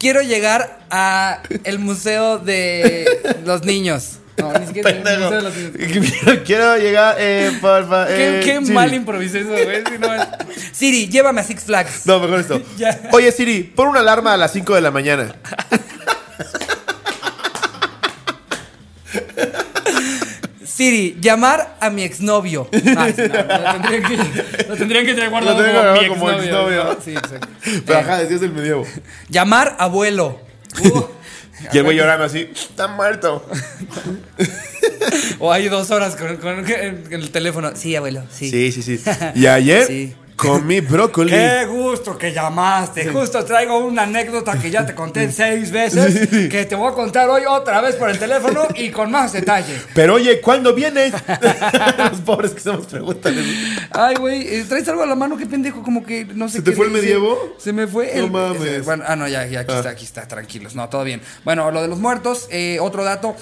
A: Quiero llegar a el museo de los niños. No, ni siquiera el
B: Pendejo.
A: museo de los niños.
B: Quiero- Quiero llegar, eh, porfa.
A: Qué,
B: eh,
A: qué
B: Siri.
A: mal improvisé eso, güey. Sí, no mames. Siri, llévame a Six Flags.
B: No, mejor esto.
A: Ya.
B: Oye, Siri, pon una alarma a las 5 de la mañana.
A: Siri, llamar a mi exnovio. Ay, sí, no, lo tendrían que, lo tendrían que tener guardado
B: Lo tengo
A: como, mi
B: grabado como
A: exnovio.
B: exnovio.
A: ¿no? Sí, exacto.
B: Pero
A: Eh,
B: ajá, decías el medievo.
A: llamar abuelo. Uh,
B: Y el güey llorando así, está muerto.
A: O hay dos horas con, con- en el teléfono. Sí, abuelo, sí.
B: Sí, sí, sí. Y ayer
A: Sí.
B: comí brócoli.
A: Qué gusto que llamaste. Justo traigo una anécdota que ya te conté seis veces, que te voy a contar hoy otra vez por el teléfono y con más detalle.
B: Pero oye, ¿cuándo vienes? Los pobres que somos preguntan.
A: Ay, güey, eh, traes algo a la mano, qué pendejo, como que no sé
B: ¿Se te
A: qué
B: fue el
A: le hice.
B: medievo?
A: Se me fue
B: No
A: el.
B: mames.
A: ese- bueno, ah, no, ya, ya, aquí
B: Ah.
A: está, aquí está, tranquilos. No, todo bien. Bueno, lo de los muertos, eh, otro dato.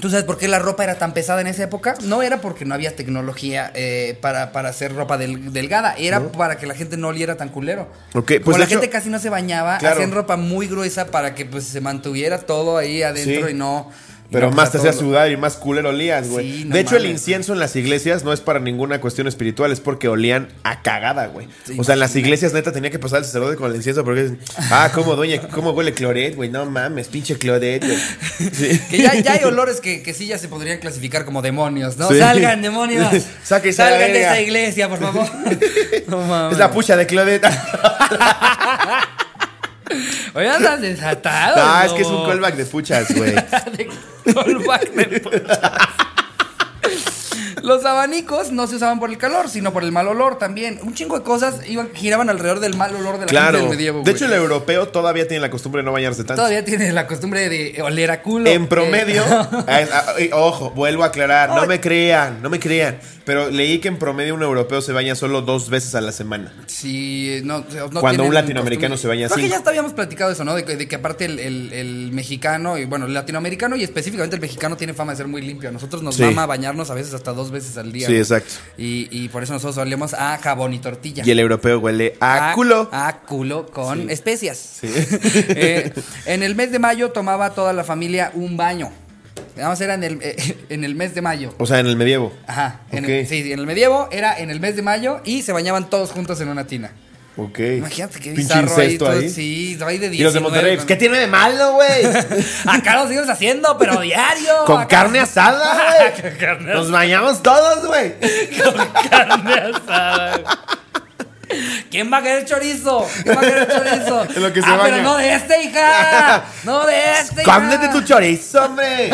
A: ¿Tú sabes por qué la ropa era tan pesada en esa época? No era porque no había tecnología eh, para, para hacer ropa del- delgada, era para que la gente no oliera tan culero.
B: Ok, pues,
A: Como
B: de
A: la
B: hecho-
A: gente casi no se bañaba,
B: Claro.
A: hacían ropa muy gruesa para que pues se mantuviera todo ahí adentro
B: Sí.
A: y no.
B: Pero
A: no,
B: más
A: pues,
B: te
A: a
B: hacía
A: todo lo-
B: sudar y más culero olías, güey.
A: Sí, no
B: de hecho, el
A: mames.
B: incienso en las iglesias no es para ninguna cuestión espiritual, es porque olían a cagada, güey.
A: Sí,
B: o sea, en las
A: imagínate.
B: iglesias neta tenía que pasar el sacerdote con el incienso porque dicen, ah, cómo doña, cómo huele cloret, güey. No mames, pinche cloret, güey. Sí.
A: Que ya, ya hay olores que, que sí ya se podrían clasificar como demonios, ¿no?
B: Sí.
A: Salgan, demonios.
B: Sáquense la
A: Salgan de
B: verga.
A: esta iglesia, por favor. No mames.
B: Es la pucha de cloret.
A: Oye, andas desatado.
B: ah, es que es un callback de puchas, güey.
A: De callback de putas. Los abanicos no se usaban por el calor, sino por el mal olor también. Un chingo de cosas iban, giraban alrededor del mal olor de la gente
B: Claro.
A: del medievo.
B: de
A: güey.
B: hecho, el europeo todavía tiene la costumbre de no bañarse tanto.
A: Todavía tiene la costumbre de oler a culo.
B: En promedio,
A: Eh,
B: a- a- a- ojo, vuelvo a aclarar, no
A: Ay.
B: me crean, no me crean, pero leí que en promedio un europeo se baña solo dos veces a la semana.
A: Sí, no, o sea, no
B: Cuando un
A: tienen
B: latinoamericano
A: costumbre.
B: se baña
A: Creo que
B: cinco.
A: ya hasta habíamos platicado eso, ¿no? De, que- de que aparte el, el- el mexicano, y bueno, el latinoamericano y específicamente el mexicano tiene fama de ser muy limpio. A Nosotros nos
B: Sí.
A: mama bañarnos a veces hasta dos veces al día.
B: Sí,
A: ¿no?
B: exacto.
A: Y, y por eso nosotros olemos a jabón y tortilla.
B: Y el europeo huele
A: Ah,
B: a, culo.
A: A culo con especias. Eh, en el mes de mayo tomaba toda la familia un baño. Vamos, era en el, eh, en el mes de mayo.
B: O sea, en el medievo.
A: Ajá. En
B: Ok.
A: el- sí, sí, en el medievo era en el mes de mayo y se bañaban todos juntos en una tina.
B: Ok.
A: Imagínate qué
B: Pinche
A: bizarro ahí,
B: incesto
A: todo-
B: ahí.
A: Sí, ahí de 19,
B: Y los de Monterrey, pues,
A: con-
B: ¿qué tiene de malo, güey?
A: Acá lo seguimos haciendo, pero diario.
B: Con
A: acá-
B: carne asada, güey.
A: Con carne
B: Nos bañamos todos, güey.
A: ¿Quién va a querer chorizo? ¿Quién va a querer chorizo?
B: En lo que se
A: ah,
B: baña.
A: pero no de este, hija. No de este, hija.
B: Cómete tu chorizo, hombre.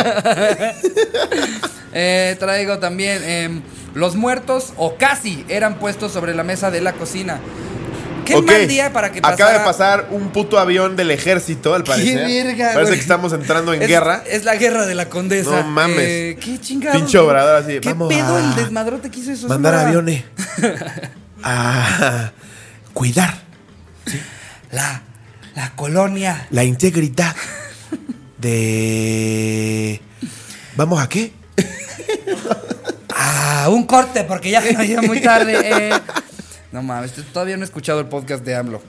A: Eh, traigo también em, los muertos o casi eran puestos sobre la mesa de la cocina. Qué
B: Ok.
A: mal día para que pasara.
B: Acaba de pasar un puto avión del ejército, al parecer.
A: verga,
B: Parece
A: güey.
B: que estamos entrando en
A: es,
B: guerra.
A: Es la guerra de la condesa.
B: No mames.
A: Eh, qué chingados.
B: Pinche
A: güey.
B: Obrador así,
A: ¿Qué
B: vamos
A: pedo
B: a
A: el desmadrote que hizo eso?
B: mandar
A: señora?
B: aviones a cuidar
A: La, la colonia.
B: la integridad de vamos a qué
A: Ah, un corte, porque ya se nos hizo muy tarde. eh. No mames, todavía no he escuchado el podcast de AMLO.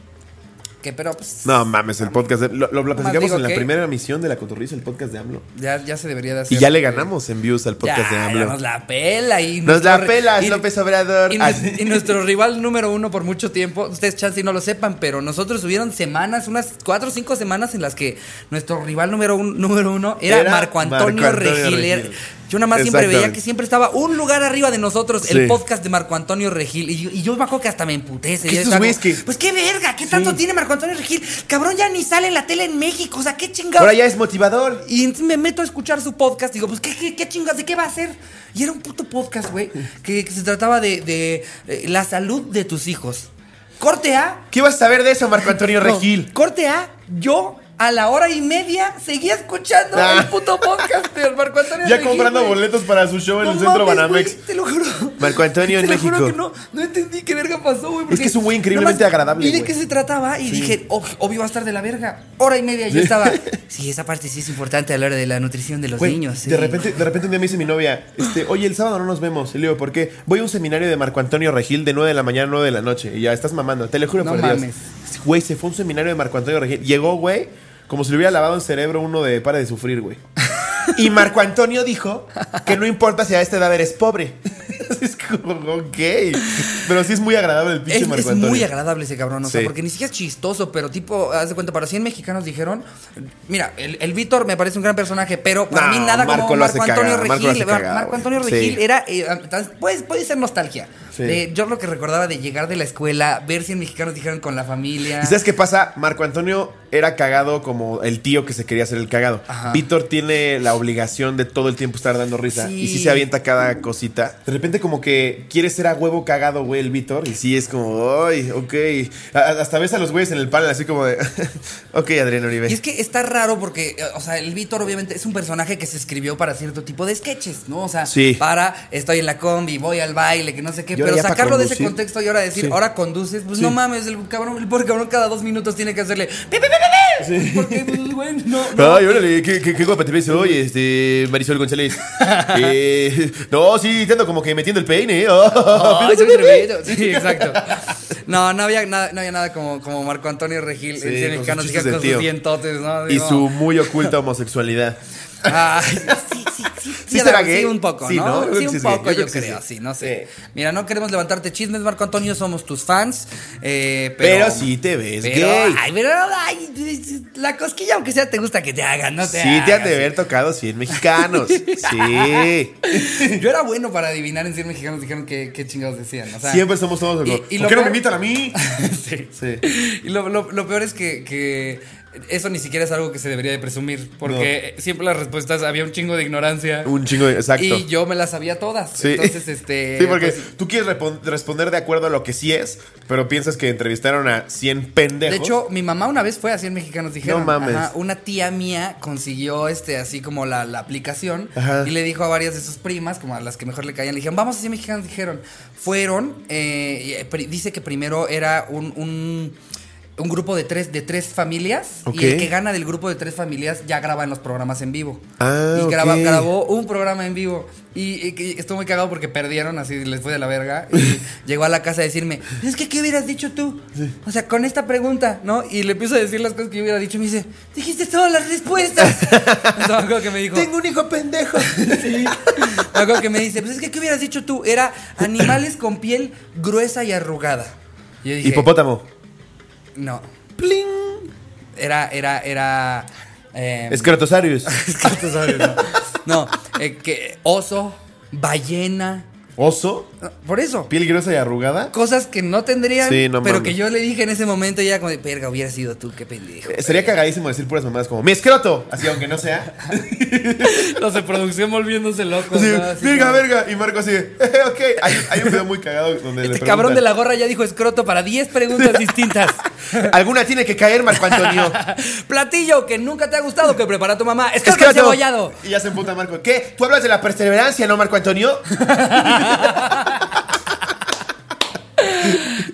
A: Que pero pues,
B: no mames el podcast de- lo, lo platicamos
A: digo
B: en la
A: que-
B: primera emisión de la cotorriza el podcast de AMLO
A: ya, ya se debería de hacer.
B: y ya le
A: porque-
B: ganamos en views al
A: Ya,
B: podcast de
A: ya
B: AMLO
A: nos la pela y
B: nos la
A: nuestro-
B: pelas
A: y-
B: López Obrador Ah,
A: Y,
B: Así.
A: nues- y nuestro rival número uno por mucho tiempo, ustedes chance y no lo sepan, pero nosotros hubieron semanas, unas cuatro o cinco semanas en las que nuestro rival número, un- número uno era,
B: Era
A: Marco Antonio,
B: Marco Antonio
A: Regil.
B: Regil.
A: Yo nada más siempre veía
B: Exactamente.
A: que siempre estaba un lugar arriba de nosotros
B: Sí.
A: el podcast de Marco Antonio Regil. Y yo, y yo me acuerdo que hasta me emputé ese
B: Que
A: día.
B: estos
A: Estaba
B: güeyes
A: como,
B: que-
A: Pues qué verga, qué tanto tiene Marco Antonio Regil. Cabrón, ya ni sale en la tele en México. O sea, qué chingado.
B: ahora ya es motivador
A: Y entonces me meto a escuchar su podcast. Digo, pues, ¿qué, qué, qué chingas? ¿De qué va a ser? Y era un puto podcast, güey, que, que se trataba de, de, eh, la salud de tus hijos. Corte A.
B: ¿qué vas a saber de eso Marco Antonio
A: no,
B: Regil
A: corte A, yo a la hora y media seguía escuchando
B: Ah.
A: el puto podcast de Marco Antonio
B: ya
A: Regil,
B: comprando
A: güey.
B: boletos para su show en
A: No
B: el centro
A: mames,
B: Banamex
A: güey, te lo juro.
B: Marco Antonio en
A: Te lo juro
B: México.
A: que no, no entendí qué verga pasó, güey.
B: que es un güey increíblemente agradable,
A: Y de
B: güey.
A: qué se trataba y dije, "Oh, obvio va a estar de la verga. Hora y media yo estaba. Sí, esa parte sí es importante a la hora de la nutrición de los
B: Güey,
A: niños. sí".
B: de, repente, de repente un día me dice mi novia, este, oye, el sábado no nos vemos. Y le digo, ¿por qué? Voy a un seminario de Marco Antonio Regil de 9 de la mañana a 9 de la noche. Y ya, estás mamando, te lo juro
A: No
B: por
A: mames.
B: Dios. Güey, se fue a un seminario de Marco Antonio Regil. Llegó, güey, como si le hubiera lavado el cerebro uno de para de sufrir, güey. Y Marco Antonio dijo que no importa si a esta edad eres pobre. es como, ok. Pero sí es muy agradable el pinche
A: Es,
B: Marco
A: es
B: Antonio.
A: muy agradable ese cabrón, o sea,
B: Sí.
A: porque ni siquiera es chistoso, pero tipo, haz de cuenta, para 100 mexicanos dijeron, mira, el, el Víctor me parece un gran personaje, pero para
B: No,
A: mí nada
B: Marco
A: como
B: lo hace
A: Marco Antonio
B: cagar, Marco lo
A: Regil.
B: hace
A: Mar-
B: cagar,
A: Marco
B: güey.
A: Antonio
B: Sí.
A: Regil era, eh, tan- puede, puede ser nostalgia,
B: Sí.
A: De- yo lo que recordaba de llegar de la escuela, ver si en mexicanos dijeron con la familia.
B: ¿Y sabes qué pasa? Marco Antonio era cagado como el tío que se quería hacer el cagado.
A: Ajá.
B: Víctor tiene la obligación de todo el tiempo estar dando risa.
A: Sí.
B: Y sí se avienta cada cosita. De repente como que quiere ser a huevo cagado, güey, el Víctor. Y sí es como, ay, ok. A- a- Hasta ves a los güeyes en el panel así como de, ok, Adrián Uribe.
A: Y es que está raro porque, eh, o sea, el Víctor obviamente es un personaje que se escribió para cierto tipo de sketches, ¿no? O sea,
B: Sí.
A: para estoy en la combi, voy al baile, que no sé qué,
C: Y ahora
A: pero
C: ya para
A: sacarlo de ese
C: conducir.
A: contexto y ahora decir,
C: Sí.
A: ahora conduces, pues
C: Sí.
A: no mames, el cabrón, el pobre cabrón cada dos minutos tiene que hacerle "Pi, pi, pi, pi, pi", porque pues, güey, no, no.
B: Ay, órale, qué, qué, qué guapa te ves hoy, este, Marisol González. Eh, no, sí, te ando como que metiendo el peine. ¿eh?
A: Ay, soy un tremendo. Sí, exacto. No, no había nada, no había nada como, como Marco Antonio Regil,
B: Sí,
A: el
B: con sus
A: mexicano, chica,
B: chistes
A: con
B: de
A: sus
B: tío.
A: dientotes, ¿no?
B: Y
A: Digo,
B: su muy oculta homosexualidad.
A: Ay, sí, sí, sí.
B: ¿Sí
A: a
B: será
A: ver,
B: gay?
A: sí, un poco,
B: Sí,
A: ¿no?
B: ¿no? Yo creo
A: Sí,
B: que sí
A: un
B: es gay,
A: poco,
B: yo
A: yo
B: creo que
A: creo,
B: sí.
A: sí, no sé.
B: Sí.
A: Mira, no queremos levantarte chismes, Marco Antonio, somos tus fans. eh, pero,
B: Pero, sí te ves
A: pero,
B: gay.
A: Ay, pero, ay, la cosquilla, aunque sea, te gusta que te hagan, no te
B: sí, te han de
A: hagas.
B: haber tocado 100 mexicanos. sí.
A: Yo era bueno para adivinar en 100 mexicanos, dijeron que, qué chingados decían. O sea,
B: Siempre somos todos.
A: y-
B: ¿Por
A: y
B: qué
A: lo
B: no
A: peor-
B: me invitan a mí?
A: sí.
B: Sí.
A: Y lo, lo- lo peor es que, que eso ni siquiera es algo que se debería de presumir, porque siempre las respuestas había un chingo de ignorancia.
B: Un chingo de. Exacto.
A: Y yo me las sabía todas.
B: Sí.
A: Entonces, este.
B: Sí, porque
A: pues,
B: tú quieres repon- responder de acuerdo a lo que sí es, pero piensas que entrevistaron a 100 pendejos.
A: de hecho, mi mamá una vez fue a 100 mexicanos, dijeron.
B: No mames.
A: una tía mía consiguió este, así como la, la aplicación.
B: Ajá.
A: Y le dijo a varias de sus primas, como a las que mejor le caían, le dijeron, vamos a 100 mexicanos, dijeron. Fueron, eh, y, pri- dice que primero era un. un- un grupo de tres, de tres familias.
B: Ok.
A: Y el que gana del grupo de tres familias ya graba en los programas en vivo.
B: Ah,
A: y graba- grabó
B: ok.
A: grabó un programa en vivo y, y- y estuvo muy cagado porque perdieron, así les fue de la verga. Y llegó a la casa a decirme, es que, ¿qué hubieras dicho tú? O sea, con esta pregunta, ¿no? Y le empiezo a decir las cosas que yo hubiera dicho y me dice, dijiste todas las respuestas. Entonces, me acuerdo que me dijo,
B: un hijo pendejo.
A: Sí. Me acuerdo que me dice, pues es que, ¿qué hubieras dicho tú? Era animales con piel gruesa y arrugada. Y yo dije,
B: Hipopótamo.
A: no,
B: Pling.
A: era, era, era... eh,
B: Escrotosarius.
A: no, eh, que oso, ballena.
B: Oso.
A: Ah, Por eso.
B: Piel gruesa y arrugada.
A: cosas que no tendrían,
B: Sí, no
A: pero
B: mames.
A: que yo le dije en ese momento y era como de, perga, hubiera sido tú, qué pendejo.
B: Eh, Sería cagadísimo decir puras mamadas como mi escroto, así aunque no sea.
A: Los de producción volviéndose locos.
B: Así,
A: Pues ¿no? Así
B: verga,
A: como,
B: verga. Y Marco así, de, "Eh, ok. Hay, hay un video muy cagado donde le
A: Este
B: preguntan,
A: cabrón de la gorra ya dijo escroto para 10 preguntas distintas.
B: Alguna tiene que caer, Marco Antonio.
A: Platillo que nunca te ha gustado que prepara tu mamá. Escroto,
B: Escroto.
A: cebollado.
B: Y ya se emputa Marco. ¿Qué? ¿Tú hablas de la perseverancia, no, Marco Antonio?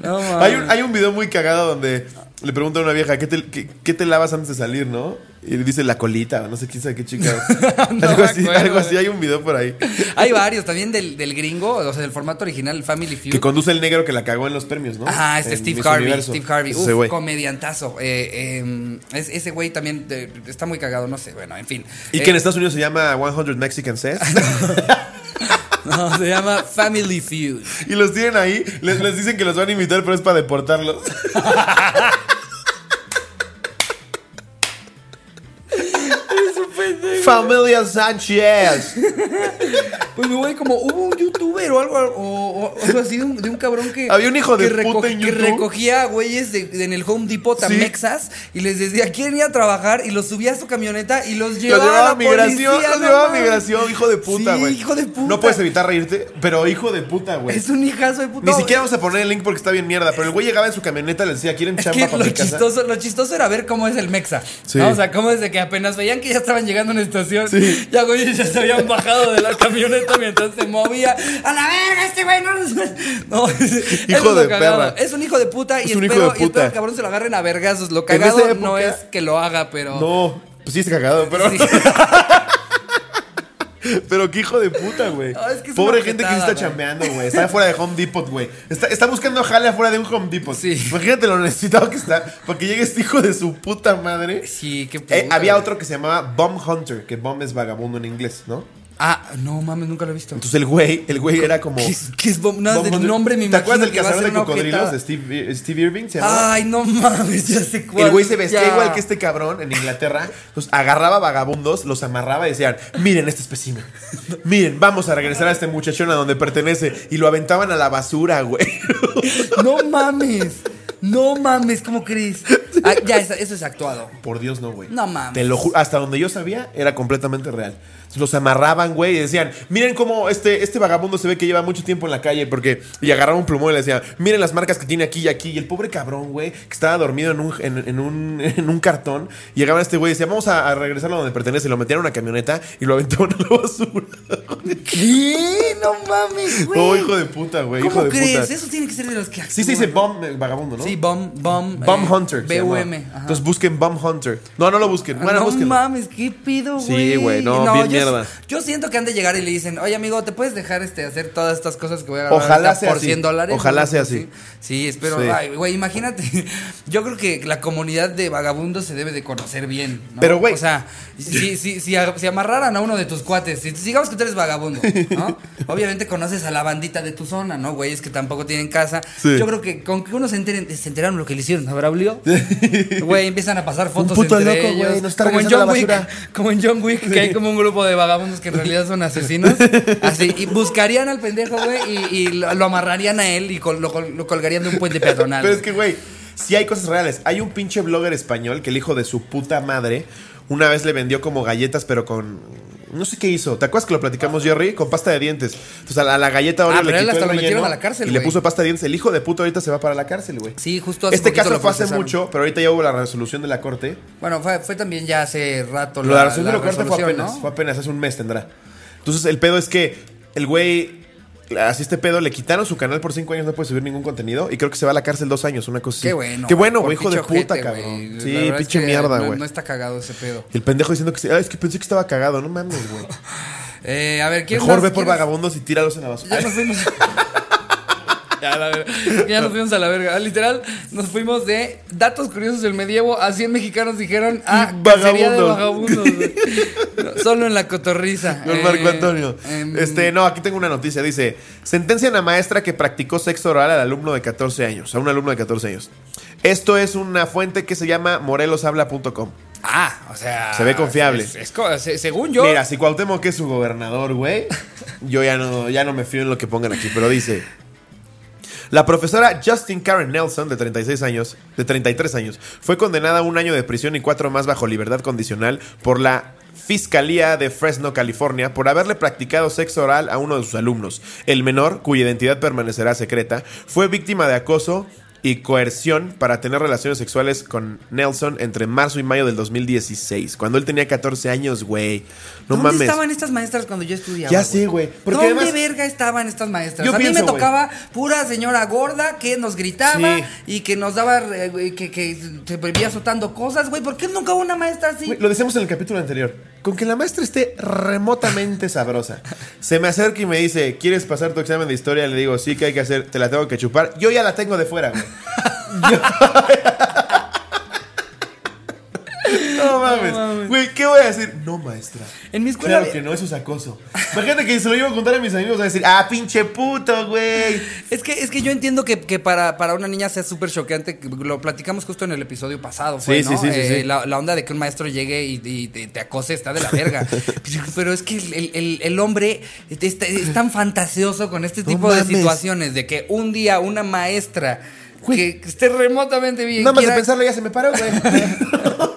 A: No, mames.
B: Hay un, hay un video muy cagado donde le pregunta a una vieja, ¿qué te, qué, qué te lavas antes de salir, no? Y le dice la colita, no sé quién sabe qué chica.
A: No
B: algo
A: me
B: así,
A: acuerdo,
B: algo así.
A: güey.
B: Hay un video por ahí.
A: Hay varios también del, del gringo, o sea, del formato original, el Family Feud.
B: Que conduce el negro que la cagó en los premios, ¿no?
A: Ajá, este
B: En
A: Steve
B: Miss
A: Harvey.
B: Universo.
A: Steve Harvey,
B: Ese
A: uf,
B: güey.
A: comediantazo. Eh, eh, es- ese güey también eh, está muy cagado, no sé. Bueno, en fin.
B: Y
A: Eh,
B: que en Estados Unidos se llama 100 Mexican Sets.
A: no, se llama Family Feud.
B: y los tienen ahí. Les, les dicen que los van a imitar, pero es para deportarlos. Familia Sánchez.
A: Pues güey, como hubo un youtuber o algo, o, o- o algo así de un, de un cabrón que.
B: Había un hijo de
A: que
B: puta en
A: Que
B: YouTube.
A: recogía güeyes de- de en el Home Depot
B: Sí.
A: Tamexas y les decía, ¿quieren ir a trabajar? Y los subía a su camioneta y los
B: Los
A: llevaba,
B: llevaba
A: a
B: a
A: la policía,
B: migración, los
A: no
B: llevaba a
A: mames.
B: migración, hijo de puta,
A: Sí,
B: güey.
A: hijo de puta.
B: No puedes evitar reírte, pero hijo de puta, güey.
A: Es un hijazo de puta.
B: Ni siquiera vamos a poner el link porque está bien mierda, pero el güey llegaba en su camioneta y le decía, ¿quieren
A: Es
B: chamba
A: que
B: para
A: lo
B: mi casa?
A: chistoso, lo chistoso era ver cómo es el Mexa.
B: Sí.
A: ¿no? O sea, cómo desde que apenas veían que ya estaban llegando a una estación, ya güeyes ya se habían bajado de la camioneta mientras se movía. ¡A la verga, este güey! No, no, hijo
B: de perra.
A: Es un hijo de puta y
B: Es un hijo
A: espero,
B: de
A: y espero
B: puta.
A: que cabrón se lo agarren a vergazos. Lo
B: En esa
A: cagado no
B: época-
A: es que lo haga, pero.
B: No, pues sí es cagado, pero,
A: Sí.
B: pero qué hijo de puta, güey.
A: No, es que es
B: Pobre
A: una
B: gente que sí está
A: jetada, güey.
B: chambeando, güey. Está fuera de Home Depot, güey. Está, está buscando jale afuera de un Home Depot.
A: Sí.
B: Imagínate lo necesitado que está para que llegue este hijo de su puta madre.
A: Sí, qué puta,
B: Eh, había
A: güey.
B: otro que se llamaba Bomb Hunter, que bomb es vagabundo en inglés, ¿no?
A: Ah, no mames, nunca lo he visto.
B: Entonces el güey, el güey era como.
A: ¿Qué es, qué es Bob? Nada
B: Bob
A: del
B: Marley.
A: nombre me
B: ¿Te
A: imagino
B: acuerdas del
A: que va a
B: cazador de
A: ser una
B: cocodrilos Este,
A: objetada.
B: de Steve, Steve Irving? ¿Se llamaba?
A: Ay, no mames, ya sé cuál.
B: El güey se vestía
A: ya.
B: igual que este cabrón en Inglaterra. Entonces agarraba vagabundos, los amarraba y decían: Miren este espécimen. Miren, vamos a regresar a este muchachón a donde pertenece. Y lo aventaban a la basura, güey.
A: No mames. No mames, ¿cómo crees? Ah, ya, eso, eso es actuado.
B: Por Dios, no, güey.
A: No mames.
B: Te lo ju- Hasta donde yo sabía, era completamente real. Entonces, Los amarraban, güey, y decían, miren cómo este, este vagabundo se ve que lleva mucho tiempo en la calle, porque. Y agarraban un plumón y le decían, miren las marcas que tiene aquí y aquí. Y el pobre cabrón, güey, que estaba dormido en un, en, en un, en un cartón. Y llegaban a este güey y decían, vamos a, a regresarlo a donde pertenece. Lo metieron a una camioneta y lo aventaron a la basura.
A: ¿Qué? No mames, güey.
B: Oh, hijo de puta, güey, hijo
A: ¿Cómo
B: de
A: crees?
B: puta.
A: Eso tiene que ser de los que
B: Sí, se dice bomb, eh, vagabundo, ¿no?
A: Sí, bomb, bomb.
B: Bomb
A: eh,
B: Hunter. se
A: BUM.
B: llamaba.
A: ajá.
B: Entonces busquen Bomb Hunter. No, no lo busquen. Bueno,
A: Ah, no
B: búsquenlo.
A: mames, qué pido,
B: Sí,
A: güey.
B: güey, no, bien
A: yo,
B: mierda.
A: Yo siento que han de llegar y le dicen, oye amigo, ¿te puedes dejar este hacer todas estas cosas que voy a grabar
B: Ojalá
A: ahorita
B: sea
A: por
B: así.
A: 100 dólares?
B: Ojalá
A: ¿no?
B: sea
A: Sí,
B: así.
A: Sí, espero.
B: Sí.
A: Ay, güey, imagínate. Yo creo que la comunidad de vagabundos se debe de conocer bien. ¿no?
B: Pero, güey.
A: O sea, si, si, si, a- si amarraran a uno de tus cuates, si digamos que tú eres vagabundo, ¿no? Obviamente conoces a la bandita de tu zona, ¿no? Güey, es que tampoco tienen casa.
B: Sí.
A: Yo creo que con que uno se enteren, se enteraron lo que le hicieron a Braulio, güey, empiezan a pasar fotos
B: puto
A: entre
B: loco, güey,
A: ellos.
B: nos está
A: como en
B: regresando
A: John
B: la
A: Wick,
B: basura.
A: como en John Wick, que hay como un grupo de vagabundos que en realidad son asesinos. Así, y buscarían al pendejo, güey, y, y lo lo amarrarían a él y col- lo, col- lo colgarían de un puente peatonal.
B: Pero es que, güey, sí hay cosas reales. Hay un pinche blogger español que el hijo de su puta madre una vez le vendió como galletas, pero con. No sé qué hizo. ¿Te acuerdas que lo platicamos, Jerry? Con pasta de dientes. Entonces a la, a la galleta Oreo
A: Ah, pero
B: le
A: él
B: quitó
A: hasta
B: el
A: lo metieron
B: relleno
A: a la cárcel,
B: y le
A: güey.
B: puso pasta de dientes. El hijo de puta ahorita se va para la cárcel, güey.
A: Sí, justo hace
B: Este
A: poquito
B: caso
A: lo
B: fue hace
A: procesaron.
B: mucho, pero ahorita ya hubo la resolución de la corte.
A: Bueno, fue, fue también ya hace rato
B: Lo de la resolución de la corte fue
A: resolución,
B: apenas.
A: ¿no?
B: Fue apenas, hace un mes tendrá. Entonces el pedo es que el güey. Así este pedo, le quitaron su canal por cinco años, no puede subir ningún contenido. Y creo que se va a la cárcel dos años, una cosa así.
A: Qué bueno.
B: Qué bueno,
A: por
B: güey, hijo de
A: pinche
B: puta,
A: ojete, güey.
B: cabrón.
A: La
B: Sí,
A: verdad es
B: pinche
A: que
B: mierda,
A: no-
B: güey.
A: no está cagado ese pedo.
B: El pendejo diciendo que sí. Ah, es que pensé que estaba cagado, no mames, güey.
A: Eh, a ver, ¿quién
B: Mejor
A: más-
B: ve por
A: quién más?
B: vagabundos y tíralos en la basura.
A: Ya nos fuimos. Ya, la verga. Es que ya nos fuimos a la verga. Ah, Literal, nos fuimos de datos curiosos del medievo a 100 mexicanos dijeron ah, cacería de
B: Vagabundos.
A: vagabundos. güey. No, Solo en la cotorriza.
B: Don
A: Eh,
B: Marco Antonio.
A: em,
B: este, no, aquí tengo una noticia. Dice: Sentencian a maestra que practicó sexo oral al alumno de 14 años. A un alumno de 14 años. Esto es una fuente que se llama moreloshabla.com.
A: Ah, o sea.
B: Se ve confiable.
A: es- es co- se- según yo.
B: Mira, si Cuauhtémoc es su gobernador, güey, yo ya no, ya no me fío en lo que pongan aquí, pero dice. La profesora Justin Karen Nelson, de 36 años, de 33 años, fue condenada a un año de prisión y cuatro más bajo libertad condicional por la Fiscalía de Fresno, California, por haberle practicado sexo oral a uno de sus alumnos. El menor, cuya identidad permanecerá secreta, fue víctima de acoso y coerción para tener relaciones sexuales con Nelson entre marzo y mayo del 2016, cuando él tenía 14 años, güey. No
A: ¿Dónde
B: mames.
A: estaban estas maestras cuando yo estudiaba?
B: Ya sé, güey. Porque
A: ¿Dónde
B: además-
A: verga estaban estas maestras?
B: Yo
A: a mí
B: pienso,
A: me
B: güey.
A: tocaba pura señora gorda que nos gritaba
B: Sí.
A: y que nos daba. eh, güey, que, que se vivía azotando cosas, güey. ¿Por qué nunca hubo una maestra así?
B: Güey, Lo decíamos en el capítulo anterior. Con que la maestra esté remotamente sabrosa. Se me acerca y me dice, ¿quieres pasar tu examen de historia? Le digo, sí, que hay que hacer? Te la tengo que chupar. Yo ya la tengo de fuera, güey. Yo- No mames. Güey, ¿qué voy a decir? No, maestra.
A: En mi escuela
B: Claro
A: había-
B: que no, eso es acoso. Imagínate que se lo llevo a contar a mis amigos a decir, ah, pinche puto, güey.
A: Es que, es que yo entiendo que, que para, para una niña sea súper choqueante. que Lo platicamos justo en el episodio pasado. Fue,
B: Sí,
A: ¿no?
B: sí, sí, sí,
A: Eh,
B: sí.
A: La, la onda de que un maestro llegue y, y te, te acose está de la verga. Pero- Pero es que el, el- el- el hombre está- es tan fantasioso con este tipo de
B: mames.
A: situaciones de que un día una maestra que esté remotamente bien.
B: Nada más de
A: quiera-
B: pensarlo ya se me paró, güey.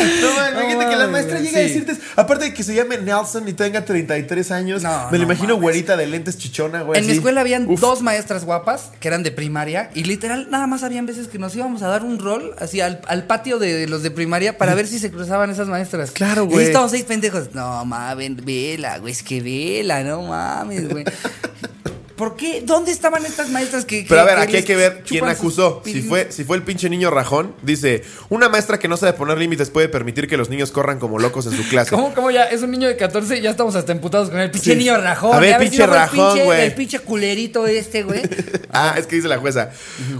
B: No, man,
A: No
B: imagínate que la
A: mames,
B: maestra
A: güey,
B: llega
A: sí.
B: a decirte, aparte de que se llame Nelson y tenga 33 años,
A: No,
B: me
A: no
B: lo imagino
A: mames.
B: güerita de lentes chichona, güey.
A: En mi
B: así.
A: escuela habían
B: Pues Uf.
A: dos maestras guapas que eran de primaria y literal nada más habían veces que nos íbamos a dar un rol así al, al patio de los de primaria para ver si se cruzaban esas maestras.
B: Mm. Claro,
A: Y ahí
B: güey.
A: estábamos seis pendejos. No mames, vela, güey, es que vela, no mames, güey. ¿Por qué? ¿Dónde estaban estas maestras que... que-
B: Pero a ver,
A: que
B: aquí hay
A: les
B: que ver quién
A: chupan sus
B: acusó.
A: pin-
B: Si fue, si fue el pinche niño rajón, dice, una maestra que no sabe poner límites puede permitir que los niños corran como locos en su clase.
A: ¿Cómo, cómo ya? Es un niño de 14 y ya estamos hasta emputados con el pinche
B: Sí.
A: niño rajón.
B: A ver,
A: Ya ves,
B: pinche
A: si no fue el
B: rajón,
A: pinche-
B: güey.
A: El pinche culerito este, güey.
B: Ah, es que dice la jueza.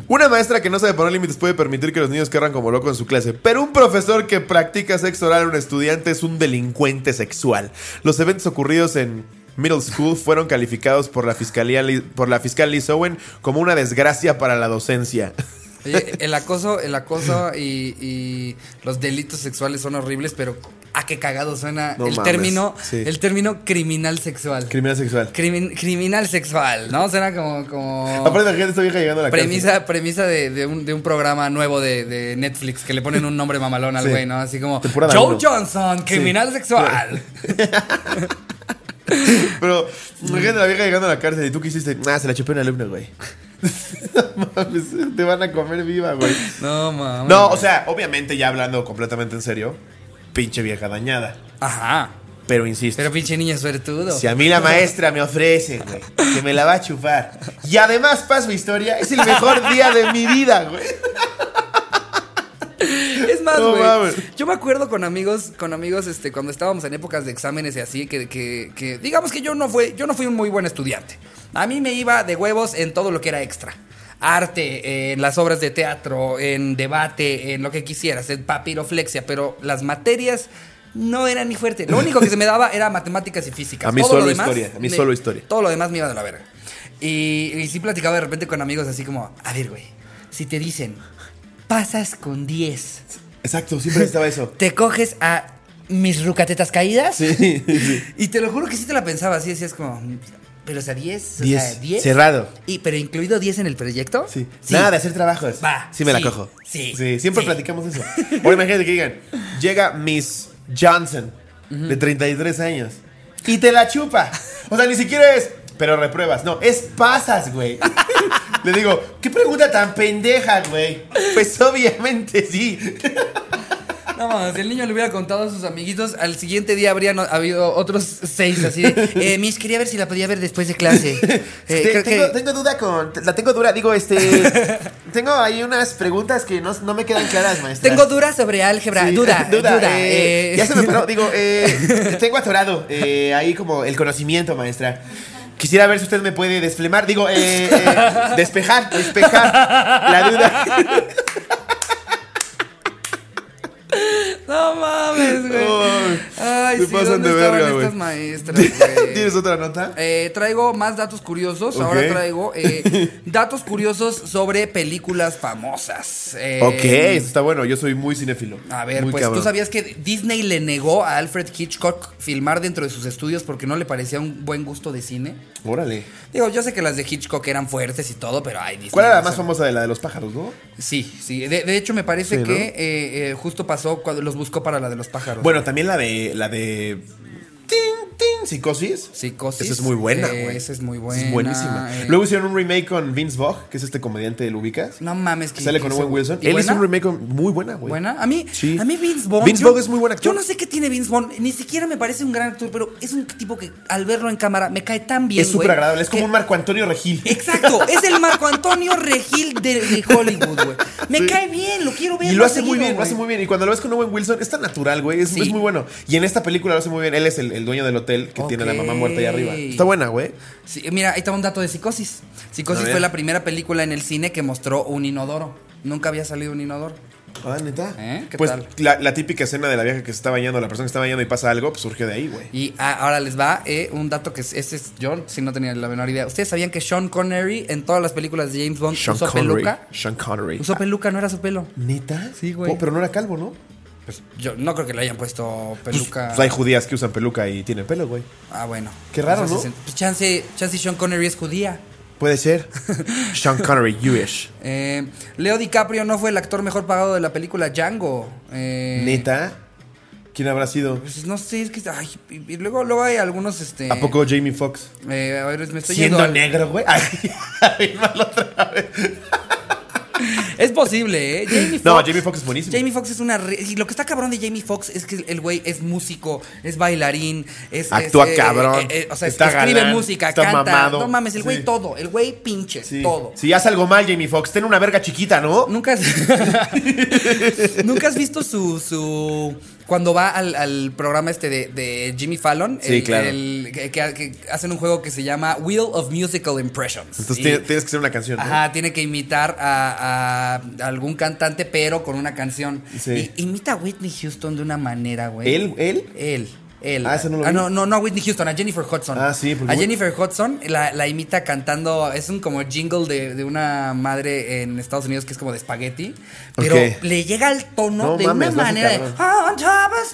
B: Una maestra que no sabe poner límites puede permitir que los niños corran como locos en su clase. Pero un profesor que practica sexo oral a un estudiante es un delincuente sexual. Los eventos ocurridos en middle school fueron calificados por la fiscalía Li- por la fiscal Liz Owen como una desgracia para la docencia.
A: Oye, el acoso, el acoso y, y los delitos sexuales son horribles, pero a qué cagado suena
B: No
A: el
B: mames,
A: término,
B: sí.
A: el término criminal sexual.
B: Criminal sexual.
A: Crimin- criminal sexual, ¿no? Suena como, como
B: Aparte, la gente está vieja llegando a la cárcel.
A: premisa, premisa de, de un, de un programa nuevo de, de Netflix que le ponen un nombre mamalón al
B: Sí.
A: güey, ¿no? Así como
B: Temporada
A: Joe
B: uno.
A: Johnson, criminal sexual.
B: Pero imagínate la vieja llegando a la cárcel y tú qué hiciste. Ah, se la chupé a un alumno, güey. No mames, te van a comer viva, güey.
A: No mames.
B: No, o sea, obviamente ya hablando completamente en serio, pinche vieja dañada.
A: Ajá.
B: Pero insisto,
A: Pero pinche niño suertudo.
B: si a mí la maestra me ofrece, güey, que me la va a chupar. Y además paso historia, es el mejor día de mi vida, güey.
A: Es más,
B: No
A: güey.
B: mames.
A: yo me acuerdo con amigos, con amigos, este, cuando estábamos en épocas de exámenes y así, que, que, que digamos que yo no fui, yo no fui un muy buen estudiante. A mí me iba de huevos en todo lo que era extra. Arte, eh, en las obras de teatro, en debate, en lo que quisieras, en papiroflexia, pero las materias no eran ni fuerte. Lo único que se me daba era matemáticas y física.
B: A mí
A: Todo lo
B: solo
A: demás,
B: historia, a mí
A: me-
B: solo historia.
A: todo lo demás me iba de la verga. Y, y sí platicaba de repente con amigos así como, a ver, güey, si te dicen, pasas con 10,
B: Exacto, siempre estaba eso.
A: te coges a mis rucatetas caídas.
B: Sí,
A: Y te lo juro que sí te la pensaba así, decías como, pero o sea, 10, o sea,
B: 10.
A: 10.
B: Cerrado.
A: Y, pero incluido 10 en el proyecto.
B: Sí. Nada de hacer trabajos.
A: Va,
B: Sí me la
A: sí,
B: cojo.
A: sí,
B: siempre
A: sí.
B: platicamos eso. Ahora imagínate que digan, llega Miss Johnson, de 33 años, y te la chupa. O sea, ni siquiera es, pero repruebas. No, es pasas, güey. Le digo, ¿qué pregunta tan pendeja, güey? Pues obviamente
A: eh,
B: sí.
A: No, mames, si el niño le hubiera contado a sus amiguitos, al siguiente día habrían o- habido otros seis así. de, eh, Miss, quería ver si la podía ver después de clase. Eh,
B: Te-
A: creo
B: Este, tengo,
A: que-
B: tengo duda con. La tengo dura, digo, este. tengo ahí unas preguntas que no, no me quedan claras, maestra.
A: Tengo dudas sobre álgebra.
B: Sí,
A: Ah, Duda, duda.
B: eh,
A: eh.
B: Ya se me paró. Digo, eh, tengo atorado eh, ahí como el conocimiento, maestra. Quisiera ver si usted me puede desflemar. Digo, eh, eh, despejar, despejar la duda.
A: No mames, güey.
B: Ay,
A: Ay,
B: se
A: sí,
B: pasan
A: ¿dónde
B: de
A: estaban
B: verga, güey.
A: estas maestras, güey?
B: ¿Tienes otra nota?
A: Eh, traigo más datos curiosos.
B: Ok.
A: Ahora traigo eh, datos curiosos sobre películas famosas. Eh,
B: ok, eso está bueno. Yo soy muy cinéfilo.
A: A ver,
B: Muy
A: pues
B: cabrón.
A: tú sabías que Disney le negó a Alfred Hitchcock filmar dentro de sus estudios porque no le parecía un buen gusto de cine.
B: Órale.
A: Digo, yo sé que las de Hitchcock eran fuertes y todo, pero ay, Disney.
B: ¿Cuál era la
A: no
B: más
A: se-
B: famosa de la de los pájaros, no?
A: Sí, sí. De, de hecho, me parece
B: Sí, ¿no?
A: que eh, eh, justo pasó cuando los buscó para la de los pájaros.
B: Bueno, también la de. La de. Tin, tin, psicosis.
A: Psicosis.
B: Esa es muy buena,
A: Eh,
B: güey.
A: esa es muy
B: Esa
A: buena,
B: buenísima.
A: eh.
B: Luego hicieron un remake con Vince Vaughn, que es este comediante, ¿lo ubicas?
A: No mames. que-
B: Que sale con
A: que
B: Owen
A: hizo-
B: Wilson.
A: ¿Y
B: Él hizo un
A: buena?
B: remake con- muy buena, güey.
A: Buena. A mí,
B: Sí.
A: a mí Vince Vaughn.
B: Vince
A: yo-
B: Vaughn es muy buen actor.
A: Yo no sé qué tiene Vince Vaughn. Ni siquiera me parece un gran actor, pero es un tipo que al verlo en cámara me cae tan bien.
B: Es súper
A: güey,
B: agradable, es como
A: que-
B: un Marco Antonio Regil.
A: Exacto, es el Marco Antonio Regil de, de Hollywood, güey. Me
B: Sí.
A: cae bien, lo quiero ver.
B: Y lo
A: más
B: hace muy
A: seguido,
B: bien, lo
A: güey.
B: hace muy bien. Y cuando lo ves con Owen Wilson, es tan natural, güey. Es,
A: Sí.
B: es muy bueno. Y en esta película lo hace muy bien. Él es el, el dueño del hotel que tiene a la mamá muerta ahí arriba.
A: Ok.
B: Está buena, güey.
A: Sí, mira, ahí está un dato de Psicosis.
B: A
A: Psicosis
B: ver.
A: fue la primera película en el cine que mostró un inodoro. Nunca había salido un inodoro.
B: Ah, neta.
A: ¿Eh? ¿Qué
B: pues
A: tal?
B: La, la típica escena de la vieja que se está bañando, la persona que está bañando y pasa algo, pues surgió de ahí, güey.
A: Y ah, ahora les va eh, un dato que es- este es yo, si no tenía la menor idea. ¿Ustedes sabían que Sean Connery en todas las películas de James Bond usó peluca?
B: Sean Connery.
A: Usó peluca, no era su pelo.
B: ¿Neta?
A: Sí, güey.
B: Oh, pero no era calvo, ¿no?
A: Pues yo no creo que le hayan puesto peluca.
B: Pues hay judías que usan peluca y tienen pelo, güey.
A: Ah, bueno.
B: Qué raro,
A: Entonces,
B: ¿no?
A: en- Pues chance, chance Sean Connery es judía.
B: Puede ser. Sean Connery, Jewish.
A: Eh, Leo DiCaprio no fue el actor mejor pagado de la película Django. Eh,
B: ¿Neta? ¿Quién habrá sido?
A: Pues no sé, es que. ay, y y luego, luego hay algunos, este.
B: ¿A poco Jamie Foxx?
A: eh, a ver, me estoy
B: Siendo
A: yendo al-
B: negro, güey. Ay, a ver, mal otra vez.
A: Es posible, ¿eh? Jamie Foxx.
B: No, Jamie Foxx es buenísimo.
A: Jamie Foxx es una. re- Y lo que está cabrón de Jamie Foxx es que el güey es músico, es bailarín, es.
B: Actúa
A: es, eh,
B: cabrón,
A: eh, eh, o sea,
B: está
A: escribe
B: galán,
A: música,
B: está
A: canta.
B: mamado.
A: No mames, el güey
B: Sí.
A: todo. El güey pinches,
B: Sí.
A: todo.
B: Si hace algo mal, Jamie Foxx, ten una verga chiquita, ¿no?
A: Nunca has, ¿Nunca has visto su, su- Cuando va al, al programa este de, de Jimmy Fallon,
B: Sí, claro.
A: el- que, que- que hacen un juego que se llama Wheel of Musical Impressions.
B: Entonces
A: Y-
B: tiene- tienes que hacer una canción. ¿no?
A: Ajá, tiene que imitar a, a algún cantante, pero con una canción.
B: Sí.
A: Y- imita a Whitney Houston de una manera, güey.
B: ¿Él? ¿Él?
A: Él. Él.
B: Ah, ese no lo vi.
A: no, no, no a Whitney Houston, a Jennifer Hudson.
B: Ah, sí, porque-
A: A Jennifer Hudson la, la imita cantando, es un como jingle de, de una madre en Estados Unidos que es como de espagueti, pero
B: Ok.
A: le llega al tono
B: No
A: de
B: mames,
A: una
B: no, sí,
A: manera de...
B: cabrón.
A: On top of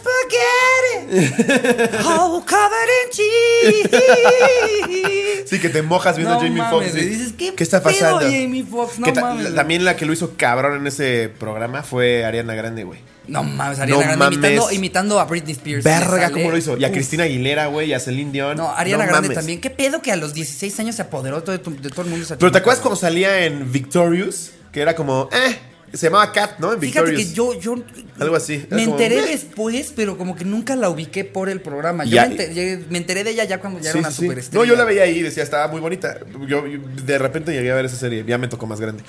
A: spaghetti, all covered in cheese.
B: Sí, que te mojas viendo
A: No
B: a Jamie
A: mames,
B: Foxx.
A: güey.
B: sí.
A: Dices, ¿qué
B: está
A: pedo,
B: pasando?
A: Jamie Foxx? No
B: Que ta-
A: mames, güey.
B: También la que lo hizo cabrón en ese programa fue Ariana Grande, güey.
A: No mames, Ariana
B: No
A: Grande Imitando,
B: mames.
A: imitando a Britney Spears. Me
B: Verga,
A: sale.
B: ¿cómo lo hizo? Y a
A: Uf.
B: Cristina Aguilera, güey, y a Celine Dion.
A: No, Ariana
B: No
A: Grande
B: mames.
A: también. ¿Qué pedo que a los 16 años se apoderó de, tu- de todo el mundo? esa
B: Pero
A: chamaca,
B: ¿te acuerdas
A: güey?
B: cuando salía en Victorious? Que era como, eh, se llamaba Cat, ¿no? En
A: Fíjate
B: Victorious.
A: que yo, yo
B: Algo así. Era
A: me
B: como,
A: enteré
B: "Meh".
A: después, pero como que nunca la ubiqué por el programa. Yo
B: Ya.
A: me, enteré, me enteré de ella ya cuando ya
B: Sí,
A: era una
B: sí, sí.
A: superestrella.
B: No, yo la veía ahí y decía, estaba muy bonita. Yo, yo de repente llegué a ver esa serie, ya me tocó más grande.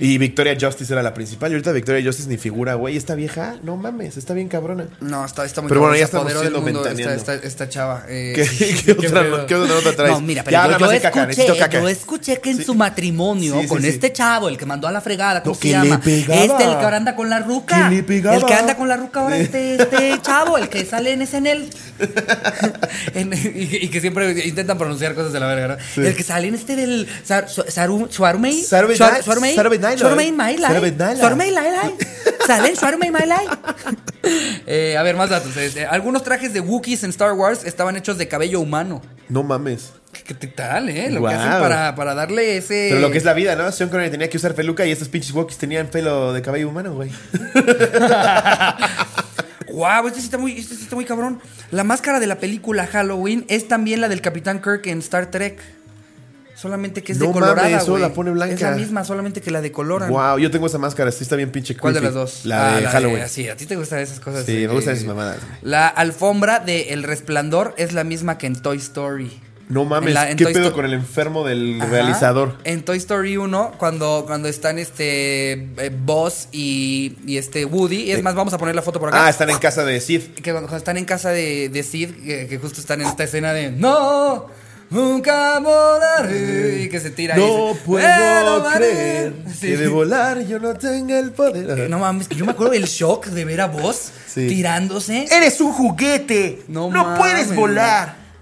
B: Y Victoria Justice era la principal. Y ahorita Victoria Justice ni figura, güey. Esta vieja, no mames, está bien cabrona.
A: No, está, está muy
B: Pero bueno,
A: cabrón,
B: ya
A: se apoderó
B: estamos
A: del
B: siendo
A: mundo esta,
B: ventaneando.
A: esta, esta chava. eh,
B: ¿Qué-
A: sí,
B: qué otra-
A: pedo.
B: qué otra nota traes?
A: No, mira,
B: Ya
A: pero yo,
B: habla
A: yo
B: más de caca,
A: escuché,
B: necesito caca.
A: yo escuché que en
B: Sí.
A: su matrimonio
B: Sí, sí,
A: con
B: sí.
A: este chavo, el que mandó a la fregada, ¿cómo
B: No,
A: se
B: que le
A: llama?
B: pegaba.
A: Este, el que ahora anda con la ruca.
B: Que le pegaba.
A: El que anda con la ruca ahora, este, este chavo, el que sale en SNL. En- y, y que siempre intentan pronunciar cosas de la verga, ¿no? El que sale en este del Sar- Su- Saru- Suarmei.
B: Sarve
A: Suar-
B: Nai-
A: Suarmei.
B: Sarve Nailai.
A: Suarmei Mailai.
B: Sarve Nailai.
A: Suarmei Lailai. Sale en Suarmei Mailai. Eh, a ver, más datos. Este, algunos trajes de Wookiees en Star Wars estaban hechos de cabello humano.
B: No mames.
A: ¿Qué qué tal, eh? Lo
B: Guau.
A: que hacen para, para darle ese.
B: Pero lo que es la vida, ¿no? Sean Connery tenía que usar peluca y estos pinches walkies tenían pelo de cabello humano, güey.
A: ¡Guau! Este sí, está muy, este sí está muy cabrón. La máscara de la película Halloween es también la del Capitán Kirk en Star Trek. Solamente que es
B: No
A: de colorada,
B: mames, solo
A: güey.
B: la pone blanca.
A: Es la misma, solamente que la decoloran.
B: Wow, yo tengo esa máscara, sí está bien pinche
A: ¿Cuál de
B: creepy.
A: las dos?
B: La
A: Ah,
B: de Halloween.
A: sí, a ti te gustan esas cosas.
B: Sí, me gustan esas mamadas, güey.
A: La alfombra de El Resplandor es la misma que en Toy Story.
B: No mames,
A: En la- en
B: ¿qué
A: Toy
B: pedo
A: Sto-
B: con el enfermo del
A: Ajá.
B: realizador?
A: En Toy Story 1, cuando, cuando están este eh, Buzz y, y este Woody, es más, vamos a poner la foto por acá.
B: Eh. Ah, están en casa de Sid.
A: Que cuando, cuando están en casa de, de Sid, que, que justo están en esta escena de No, nunca volaré. Y que se tira y
B: No
A: dice, "Puedo
B: puedo
A: volar".
B: creer
A: Sí.
B: que de volar yo no tenga el poder. Ajá.
A: No mames, que yo me acuerdo del shock de ver a Buzz
B: Sí.
A: tirándose.
B: Eres un juguete.
A: No, mames,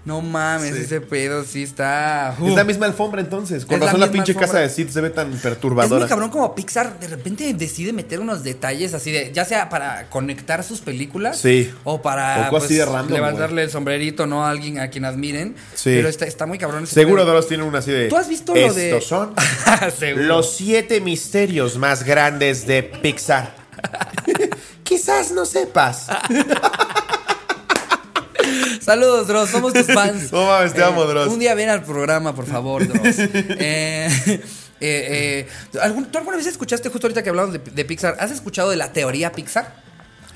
A: No mames,
B: Sí.
A: ese pedo sí está.
B: Es
A: uh.
B: la misma alfombra entonces. Con
A: Es la
B: razón la,
A: misma
B: pinche
A: alfombra.
B: casa de Sid se ve tan
A: Es muy
B: perturbadora.
A: cabrón como Pixar de repente decide meter unos detalles así de, ya sea para conectar sus películas
B: Sí.
A: o para pues,
B: O cosas así de random,
A: levantarle
B: güey.
A: el sombrerito ¿no? a alguien a quien admiren.
B: Sí.
A: Pero este, está, está muy cabrón. ese
B: Seguro
A: pedo.
B: Doros tiene una así de.
A: ¿Tú has visto lo
B: Estos
A: de-
B: son
A: Seguro.
B: los siete misterios más grandes de Pixar. Quizás no sepas.
A: Saludos, Dross, somos tus fans.
B: No mames, te
A: Eh,
B: amo, Dross.
A: Un día ven al programa, por favor, Dross. Eh, eh, eh, ¿algún- ¿Tú alguna vez escuchaste, justo ahorita que hablamos de, de Pixar, ¿has escuchado de la teoría Pixar?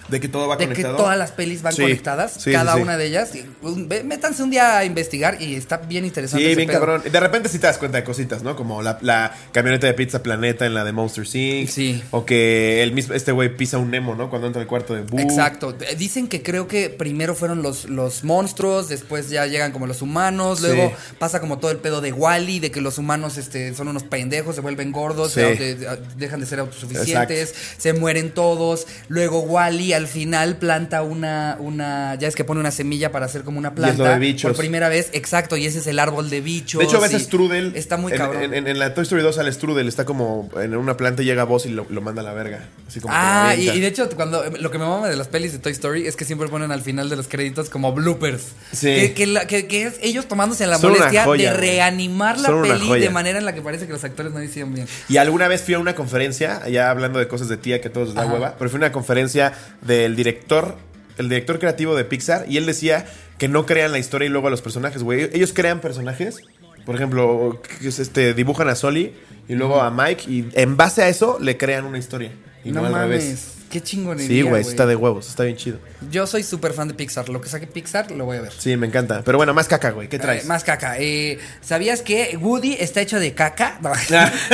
B: De que todo va
A: De que
B: conectado.
A: todas las pelis van
B: Sí,
A: conectadas,
B: sí,
A: cada
B: sí, sí.
A: una de ellas. Y, un- ve- Métanse un día a investigar y está bien interesante.
B: Sí,
A: ese
B: bien
A: pedo.
B: cabrón. De repente sí te das cuenta de cositas, ¿no? Como la, la camioneta de Pizza Planeta en la de Monster Inc.
A: Sí.
B: O que el mismo, este güey pisa un Nemo, ¿no? Cuando entra al cuarto de Boo.
A: Exacto. D- Dicen que creo que primero fueron los, los monstruos, después ya llegan como los humanos,
B: Sí.
A: luego pasa como todo el pedo de Wally, de que los humanos este, son unos pendejos, se vuelven gordos, se
B: Sí.
A: auto- de- dejan de ser autosuficientes, se mueren todos, luego Wally al final planta una, una, ya es que pone una semilla para hacer como una
B: lo de
A: planta
B: bichos.
A: por primera vez, exacto, y ese es el árbol de bichos.
B: De hecho, a veces
A: y
B: Strudel.
A: Está muy
B: en,
A: cabrón.
B: En, en- en la Toy Story 2 al Strudel está como en una planta y llega Boss y lo, lo manda a la verga. Así como. que lo
A: Ah, y,
B: avienta.
A: y de hecho, cuando lo que me mama de las pelis de Toy Story es que siempre ponen al final de los créditos como bloopers.
B: Sí.
A: Que, que la- que- que es ellos tomándose la
B: Son una
A: molestia
B: joya,
A: de
B: güey.
A: reanimar la
B: Son una
A: peli de
B: joya.
A: manera en la que parece que los actores no hicieron bien.
B: Y alguna vez fui a una conferencia, ya hablando de cosas de tía que a todos les da
A: Ajá.
B: hueva, pero fui a una conferencia del director, el director creativo de Pixar, y él decía que no crean la historia y luego a los personajes, güey. Ellos crean personajes Por ejemplo, que es este, dibujan a Soli y luego a Mike y en base a eso le crean una historia. Y no,
A: no
B: al
A: mames.
B: revés.
A: Qué chingonería.
B: Sí, güey, está de huevos, está bien chido.
A: Yo soy súper fan de Pixar. Lo que saque Pixar lo voy a ver.
B: Sí, me encanta. Pero bueno, más caca, güey. ¿Qué traes?
A: Eh, más caca. Eh, ¿Sabías que Woody está hecho de caca? No.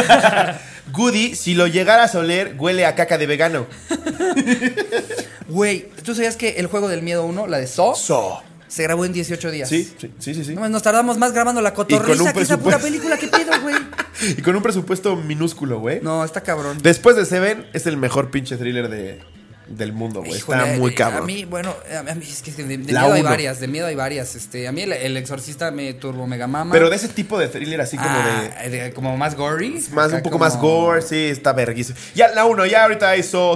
B: Ah. Goody, si lo llegaras a oler, huele a caca de vegano.
A: Güey, ¿tú sabías que el juego del miedo 1, la de Saw,
B: So.
A: se grabó en 18 días?
B: Sí, sí, sí, sí. sí.
A: No, mames, nos tardamos más grabando la cotorriza
B: un
A: que esa puta
B: presupuesto.
A: película. ¿Qué pedo, güey?
B: Y con un presupuesto minúsculo, güey.
A: No, está cabrón.
B: Después de Seven, es el mejor pinche thriller de, del mundo, güey. Está
A: Híjole,
B: muy
A: eh,
B: cabrón.
A: A mí, bueno, a mí- a mí es que de, de
B: La
A: miedo hay
B: uno.
A: varias, de miedo hay varias. Este, a mí el, el exorcista me turbo mega mama.
B: Pero de ese tipo de thriller así como de...
A: Ah, de- como más gory.
B: Más,
A: Acá
B: un poco
A: como-
B: más gore, sí, está verguísimo. Ya la 1, ya ahorita hizo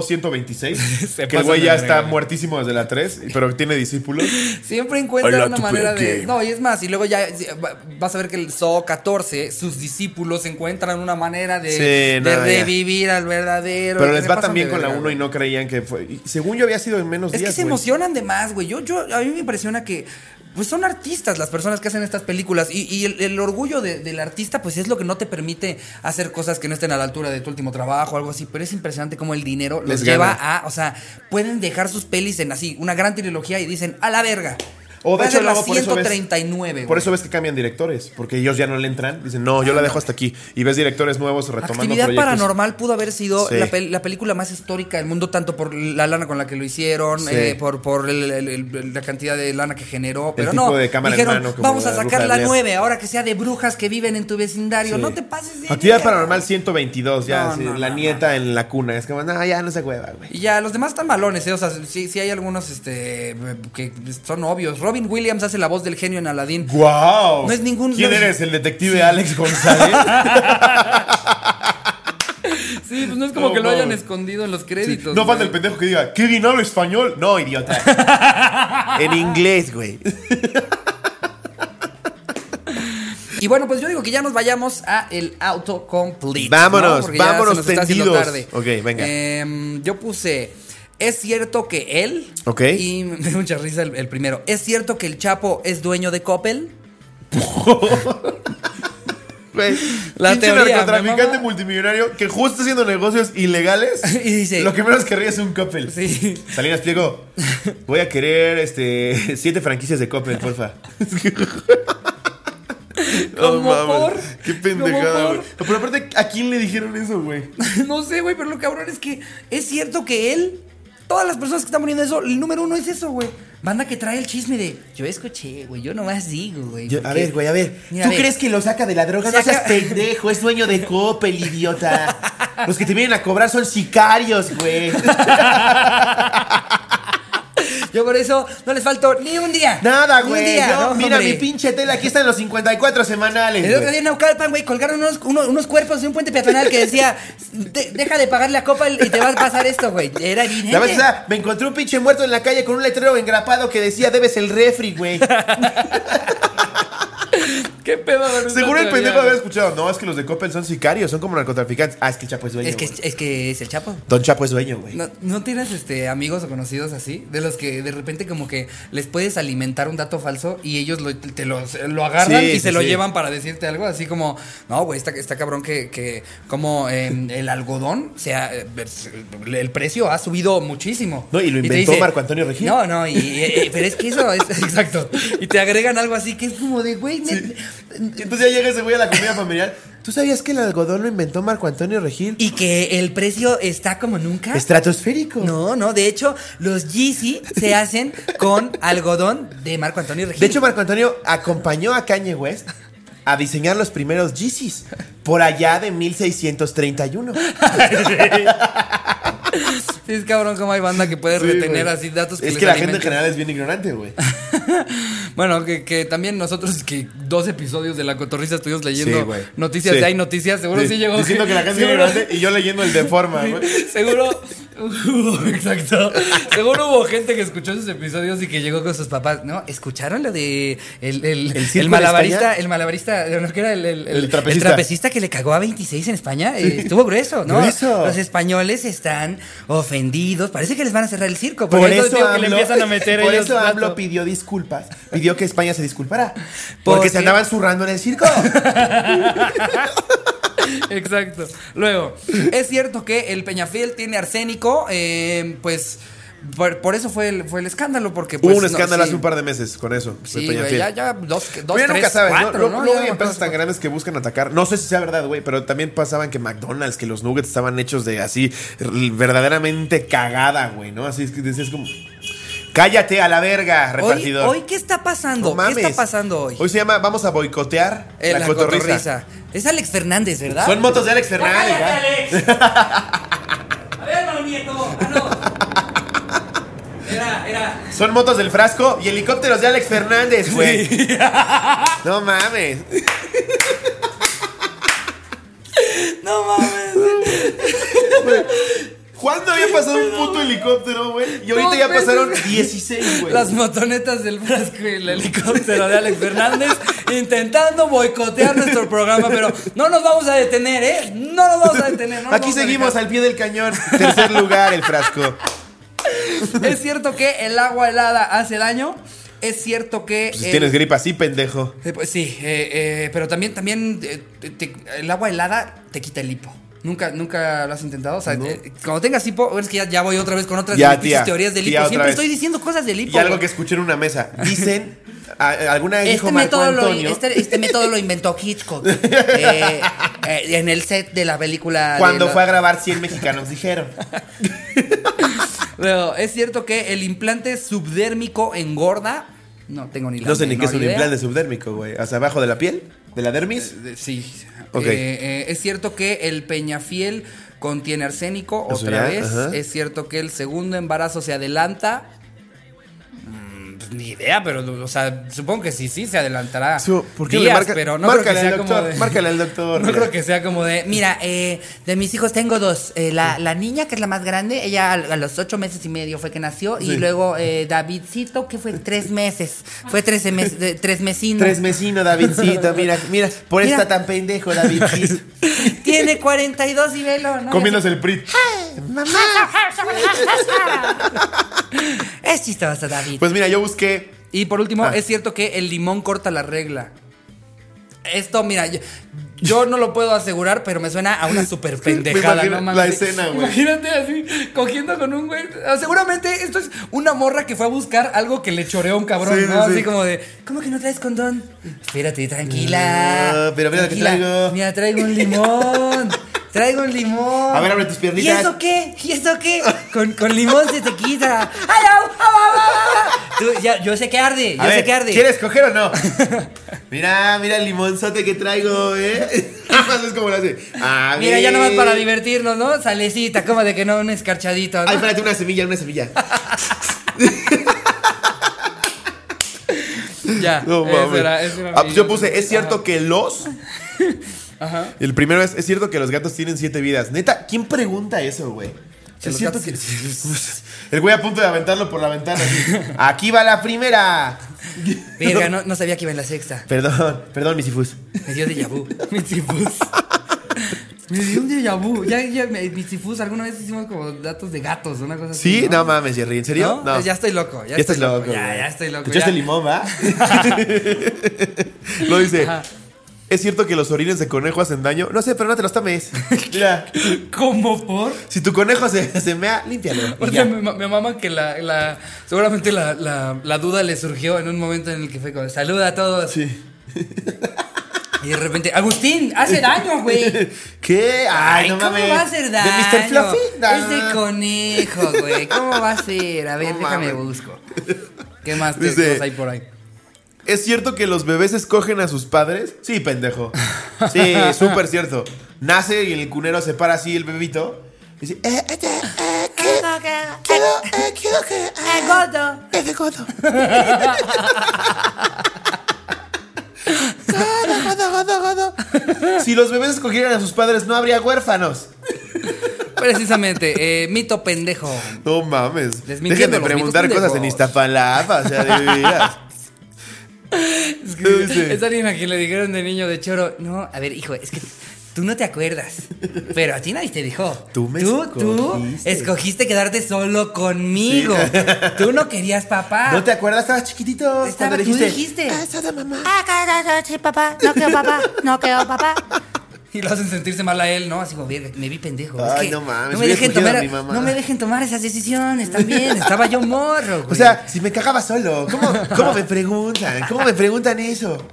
B: 126.
A: Se
B: que el
A: pasan
B: güey
A: de
B: ya
A: verga,
B: está
A: güey.
B: muertísimo desde la 3, pero tiene discípulos.
A: Siempre encuentran
B: Hola,
A: una
B: tu
A: manera
B: pequeño.
A: de. No, y es más, y luego ya eh, va- vas a ver que el Zoo 14, sus discípulos encuentran una manera de,
B: Sí,
A: de
B: nada, ya.
A: revivir al verdadero.
B: Pero
A: que
B: les
A: se
B: va
A: pasan
B: tan bien
A: de
B: con la
A: verga,
B: 1 y no creían que fue. y según yo había sido en menos
A: Es
B: días.
A: que se
B: güey.
A: emocionan de más, güey. Yo, yo, a mí me impresiona que. Pues son artistas las personas que hacen estas películas. Y, y el, el orgullo de- del artista, pues es lo que no te permite hacer cosas que no estén a la altura de tu último trabajo o algo así. Pero es impresionante cómo el dinero los
B: Les
A: lleva
B: gana.
A: a. O sea, pueden dejar sus pelis en así, una gran trilogía y dicen, a la verga.
B: O de
A: Voy a
B: hecho,
A: hacer la
B: luego por eso ves-
A: 139, güey.
B: Por eso ves que cambian directores, porque ellos ya no le entran. Dicen, no, yo la dejo hasta aquí. Y ves directores nuevos retomando
A: Actividad
B: proyectos.
A: Paranormal pudo haber sido
B: Sí.
A: la, pel- la película más histórica del mundo, tanto por la lana con la que lo hicieron,
B: Sí.
A: eh, por, por el- el- el- la cantidad de lana que generó, pero
B: tipo
A: no,
B: de cámara en
A: dijeron,
B: mano como
A: vamos a
B: la
A: sacar
B: Bruja
A: la
B: de Blair".
A: 9, ahora que sea de brujas que viven en tu vecindario,
B: Sí.
A: no te pases de
B: Actividad
A: verga.
B: Paranormal 122, ya.
A: No,
B: sí,
A: no,
B: la
A: no,
B: nieta en la cuna. Es como, no, ya no se hueva, güey.
A: Y ya, los demás están malones, ¿eh? O sea, sí, sí hay algunos este, que son obvios. Robin Williams hace la voz del genio en Aladdin.
B: ¡Wow!
A: No es ningún-
B: ¿Quién
A: no es-
B: eres? ¿El detective Alex González?
A: Sí, pues no es como
B: No,
A: que lo
B: no.
A: hayan escondido en los créditos.
B: no falta
A: güey.
B: el pendejo que diga, ¿qué dinero español? No, idiota. en inglés, güey.
A: Y bueno, pues yo digo que ya nos vayamos a el autocomplete. ¿no?
B: Vámonos,
A: Porque ya
B: vámonos
A: se nos está haciendo
B: tendidos.
A: tarde.
B: Ok, venga.
A: Em, yo puse. Es cierto que él.
B: Ok.
A: Y me dio mucha risa el, el primero. ¿Es cierto que el Chapo es dueño de Coppel?
B: Güey,
A: La
B: pinche
A: teoría, me
B: narcotraficante
A: mama.
B: multimillonario que justo está haciendo negocios ilegales.
A: Y dice-
B: Lo que menos querría es un Coppel.
A: Sí.
B: Salinas Pliego, voy a querer este siete franquicias de Coppel, porfa. No
A: ¿Cómo
B: mames,
A: por?
B: Qué
A: ¿Cómo
B: pendejada,
A: por?
B: güey. Pero aparte, ¿a quién le dijeron eso, güey?
A: no sé, güey, pero lo cabrón es que. ¿Es cierto que él? Todas las personas que están poniendo eso, el número uno es eso, güey. Banda que trae el chisme de. Yo escuché, güey, yo nomás digo, güey. porque-
B: a ver.
A: Mira, a ver.
B: que lo saca de la droga?
A: Saca-
B: pendejo, es dueño de Coppel, idiota. Los que te vienen a cobrar son sicarios, güey.
A: Yo por eso no les faltó ni un día.
B: Nada,
A: Ni
B: güey.
A: Un día.
B: yo-
A: no,
B: mira
A: hombre.
B: mi pinche tela, aquí están los 54 semanales.
A: El otro
B: güey.
A: día en Naucalpan, güey, colgaron unos, uno- unos cuerpos de un puente peatonal que decía, "De- deja de pagarle a Copa y te va a pasar esto, güey. Era evidente.
B: La vez pasada ah, me encontré un pinche muerto en la calle con un letrero engrapado que decía debes el refri, güey.
A: ¿Qué pedo?
B: Seguro el pendejo había escuchado. No, es que los de Coppel son sicarios, son como narcotraficantes. Ah, es que el Chapo es dueño.
A: Es que,
B: güey.
A: es que es el Chapo.
B: Don Chapo es dueño, güey.
A: ¿No, no tienes este, amigos o conocidos así? De los que de repente como que les puedes alimentar un dato falso y ellos lo, te los- lo agarran
B: Sí,
A: y
B: sí,
A: se lo
B: sí.
A: llevan para decirte algo. Así como, no, güey, está, está cabrón que, que como eh, el algodón, o sea, eh, el precio ha subido muchísimo.
B: No, y lo
A: te
B: inventó Marco Antonio Regil.
A: No, no, y, eh, eh, pero es que eso es exacto. Y te agregan algo así que es como de, güey, net-
B: Y Entonces ya llega ese güey a la comida familiar. ¿Tú sabías que el algodón lo inventó Marco Antonio Regil?
A: y que el precio está como nunca.
B: Estratosférico.
A: No, no, de hecho, los Yeezy se hacen con algodón de Marco Antonio Regil.
B: De hecho, Marco Antonio acompañó a Kanye West a diseñar los primeros Yeezys por allá de 1631.
A: Sí, es cabrón como hay banda que puede retener
B: güey.
A: así datos
B: Es
A: les
B: que la gente en
A: alimentan.
B: general es bien ignorante, güey.
A: Bueno, que, que también nosotros que dos episodios de La Cotorrisa estuvimos leyendo
B: güey.
A: noticias
B: Sí.
A: de Hay Noticias, seguro sí,
B: Sí,
A: llegó.
B: Diciendo que la gente es
A: seguro-
B: ignorante y yo leyendo el de forma, güey.
A: Seguro Exacto. Seguro hubo gente que escuchó esos episodios y que llegó con sus papás. ¿No? ¿Escucharon lo de el, el,
B: ¿El
A: ¿El,
B: circo en España?
A: malabarista? El malabarista, ¿no? que era el, el- el-
B: trapecista.
A: el trapecista que le cagó a 26 en España. Eh, estuvo grueso, ¿no?
B: Grueso.
A: Los españoles están ofendidos. Parece que les van a cerrar el circo.
B: Por
A: porque
B: eso,
A: digo que le
B: AMLO-
A: empiezan a meter
B: por
A: ellos
B: eso
A: rato.
B: AMLO pidió disculpas. Pidió que España se disculpara. Porque,
A: Porque-
B: se andaban zurrando en el circo.
A: Exacto. Luego, es cierto que el Peñafiel tiene arsénico, eh, pues por, por eso fue el, fue el escándalo, porque
B: Hubo
A: pues,
B: un
A: no,
B: escándalo
A: sí.
B: hace un par de meses con eso. de
A: Sí,
B: Peñafiel.
A: güey, ya, ya dos, dos
B: Pero ya
A: tres,
B: nunca sabes,
A: cuatro,
B: ¿no?
A: ¿no?
B: Luego
A: Ya
B: hay
A: no me
B: empresas tan
A: acuerdo.
B: grandes que buscan atacar. No sé si sea verdad, güey, pero también pasaban que McDonald's, que los nuggets estaban hechos de así, r- verdaderamente cagada, güey, ¿no? Así es que decías como. Cállate a la verga,
A: Hoy,
B: repartidor.
A: hoy, ¿qué está
B: No
A: pasando?
B: mames.
A: ¿Qué está pasando hoy?
B: Hoy se llama Vamos a boicotear
A: Eh,
B: la, cotorriza.
A: cotorriza. Es Alex Fernández, ¿verdad?
B: Son motos de Alex
A: ¡Ya
B: Fernández.
A: cállate,
B: ¿verdad?
A: Alex! A ver, Manuel Nieto. Ah, no. Era, era.
B: Son motos del frasco y helicópteros de Alex Fernández, güey. no mames.
A: No mames.
B: ¿Cuándo había pasado un puto helicóptero, güey? Y ahorita
A: Dos
B: ya
A: veces.
B: pasaron 16, güey.
A: Las motonetas del frasco y el helicóptero de Alex Fernández intentando boicotear nuestro programa, pero no nos vamos a detener, ¿eh? No nos vamos a detener. no nos
B: Aquí
A: vamos a
B: seguimos
A: dejar.
B: al pie del cañón. Tercer lugar, el frasco.
A: Es cierto que el agua helada hace daño. Es cierto que.
B: Pues si
A: el-
B: tienes gripa, sí, pendejo.
A: eh, pues sí, eh, eh, pero también, también eh, te- te- el agua helada te quita el hipo. Nunca, nunca lo has intentado. O sea,
B: No.
A: eh, cuando tengas hipo, es que ya, ya voy otra vez con otras
B: Ya,
A: de mis pinches
B: tía,
A: teorías del
B: tía,
A: hipo.
B: otra
A: Siempre
B: vez.
A: estoy diciendo cosas del hipo.
B: Y algo
A: güey.
B: que escuché en una mesa. Dicen, a- alguna vez dijo
A: Este
B: Marco
A: método, lo,
B: Antonio.
A: este, este método lo inventó Hitchcock eh, eh, en el set de la película. de
B: Cuando
A: lo-
B: fue a grabar 100 mexicanos dijeron.
A: Luego, es cierto que el implante subdérmico engorda. No tengo ni la
B: No sé ni qué
A: menor
B: es un
A: idea.
B: implante subdérmico, güey. Hasta abajo de la piel, de la dermis.
A: De- Sí.
B: Ok.
A: Eh, eh, es cierto que el peñafiel contiene arsénico
B: Eso
A: otra
B: ya,
A: vez.
B: ajá.
A: Es cierto que el segundo embarazo se adelanta. Mm, pues, Ni idea, pero o sea, supongo que sí, sí se adelantará.
B: Su- ¿por qué no le
A: días,
B: marca-
A: pero no creo
B: márcale
A: que sea
B: al
A: como
B: doctor,
A: de-
B: márcale al doctor,
A: No
B: mira.
A: creo que sea como de, mira, eh, de mis hijos tengo dos. Eh, la, la niña, que es la más grande, ella a, a los ocho meses y medio fue que nació.
B: Sí.
A: Y luego eh, Davidcito, que fue tres meses. Fue tres, mes, de- tres mesinos.
B: Tres mesino, Davidcito. Mira, mira, por eso
A: Mira.
B: está tan pendejo, Davidcito.
A: Tiene 42 y velo, ¿no?
B: Comiéndose el PRI.
A: Es chistoso, David.
B: Pues mira, yo busqué.
A: y por último,
B: Ah.
A: es cierto que el limón corta la regla. Esto, mira, yo, yo no lo puedo asegurar, pero me suena a una super pendejada,
B: Me imagino
A: ¿no mames?
B: la escena, güey.
A: Imagínate así, cogiendo con un güey. Ah, Seguramente esto es una morra que fue a buscar algo que le choreó a un cabrón,
B: Sí,
A: ¿no?
B: sí,
A: Así
B: sí.
A: como de, ¿cómo que no traes condón? Espérate, tranquila.
B: No, pero mira lo que
A: tranquila.
B: traigo.
A: Mira, traigo un limón. Traigo un limón.
B: A ver, abre tus piernitas.
A: ¿Y eso qué? ¿Y eso qué? Con, con limón se te quita. ¡Ah, ¡Ay, au, au, au, au, au! Tú, ya, yo sé que arde, yo
B: A ver,
A: sé que arde.
B: ¿Quieres coger o no? mira, mira el limonzote que traigo, ¿eh? es como lo hace. Ah, A
A: Mira, ya
B: ver.
A: nomás para divertirnos, ¿no? Salecita, como de que no, un escarchadito, ¿no?
B: Ay, espérate, una semilla, una semilla.
A: ya,
B: No
A: eso
B: mames.
A: era- eso era
B: Ah,
A: mi-
B: pues yo puse, es cierto que los.
A: Ajá.
B: El primero es, es cierto que los gatos tienen siete vidas. Neta, ¿quién pregunta eso, güey?
A: Que
B: Es
A: los
B: cierto
A: gatos
B: que.
A: tienen-
B: El güey a punto de aventarlo por la ventana. así. Aquí va la primera.
A: Verga, no, no sabía que iba en la sexta.
B: Perdón, perdón, mis ifus.
A: Me dio déjà vu. Mis tifus. Me dio un déjà vu. Ya, ya, me- mis tifus, alguna vez hicimos como datos de gatos, una cosa así.
B: Sí, no, mames, Jerry, ¿en serio?
A: ¿No? Pues
B: No.
A: Ya estoy loco. Ya,
B: Ya estás loco.
A: Ya,
B: güey.
A: ya estoy loco.
B: Escuchaste
A: ya.
B: limón, ¿va? lo dice.
A: Ajá.
B: Es cierto que los orines de conejo hacen daño. No sé, pero no te los tomes. Mira,
A: ¿Cómo por?
B: si tu conejo se, se mea, límpialo. y
A: Porque
B: ya.
A: me, ma- me mama que la, la- seguramente la, la- la duda le surgió en un momento en el que fue como, saluda a todos.
B: Sí.
A: Y de repente, Agustín, hace daño, güey.
B: ¿Qué?
A: Ay,
B: Ay, no
A: ¿cómo
B: mames.
A: va a ser daño?
B: ¿De Mr. Fluffy? No.
A: Es de conejo, güey. ¿Cómo va a ser? A ver,
B: No
A: déjame
B: mames.
A: busco. ¿Qué más te-
B: Dice-
A: cosas hay por ahí?
B: ¿Es cierto que los bebés escogen a sus padres? Sí, pendejo. Sí, súper cierto. Nace y el cunero se para así el bebito. Y dice, eh, eh, eh, eh, que- quiero, eh, quiero que... eh, es de godo. Godo, godo, godo, godo. Si los bebés escogieran a sus padres, no habría huérfanos.
A: Precisamente, eh, mito pendejo.
B: No mames. Dejen
A: Desmintiendo
B: de
A: los
B: preguntar
A: mitos
B: cosas en
A: pendejos.
B: Iztapalapa, o sea, de veras.
A: Es,
B: ¿Qué dice?
A: que, es alguien a quien le dijeron de niño de choro, no, a ver, hijo, es que tú no te acuerdas, pero a ti nadie te dijo.
B: Tú me
A: tú, tú
B: escogiste.
A: escogiste quedarte solo conmigo. Tú no querías papá.
B: ¿No te acuerdas? Estabas chiquitito.
A: Ah. Estaba,
B: cuando
A: tú
B: dijiste,
A: dijiste.
B: Ah, esa de mamá.
C: Ah, ca- ca- ca- sí, papá. No quiero papá. No quiero papá.
A: Y lo hacen sentirse mal a él, ¿no? Así como, "Verga, me vi pendejo. Es
B: Ay,
A: que
B: no mames,
A: me
B: hubiera
A: dejen
B: escogido a
A: tomar,
B: mi mamá.
A: No me dejen tomar esas decisiones también. Estaba yo morro,
B: O
A: güey.
B: sea, si me cagaba solo, ¿cómo, cómo me preguntan? ¿Cómo me preguntan eso?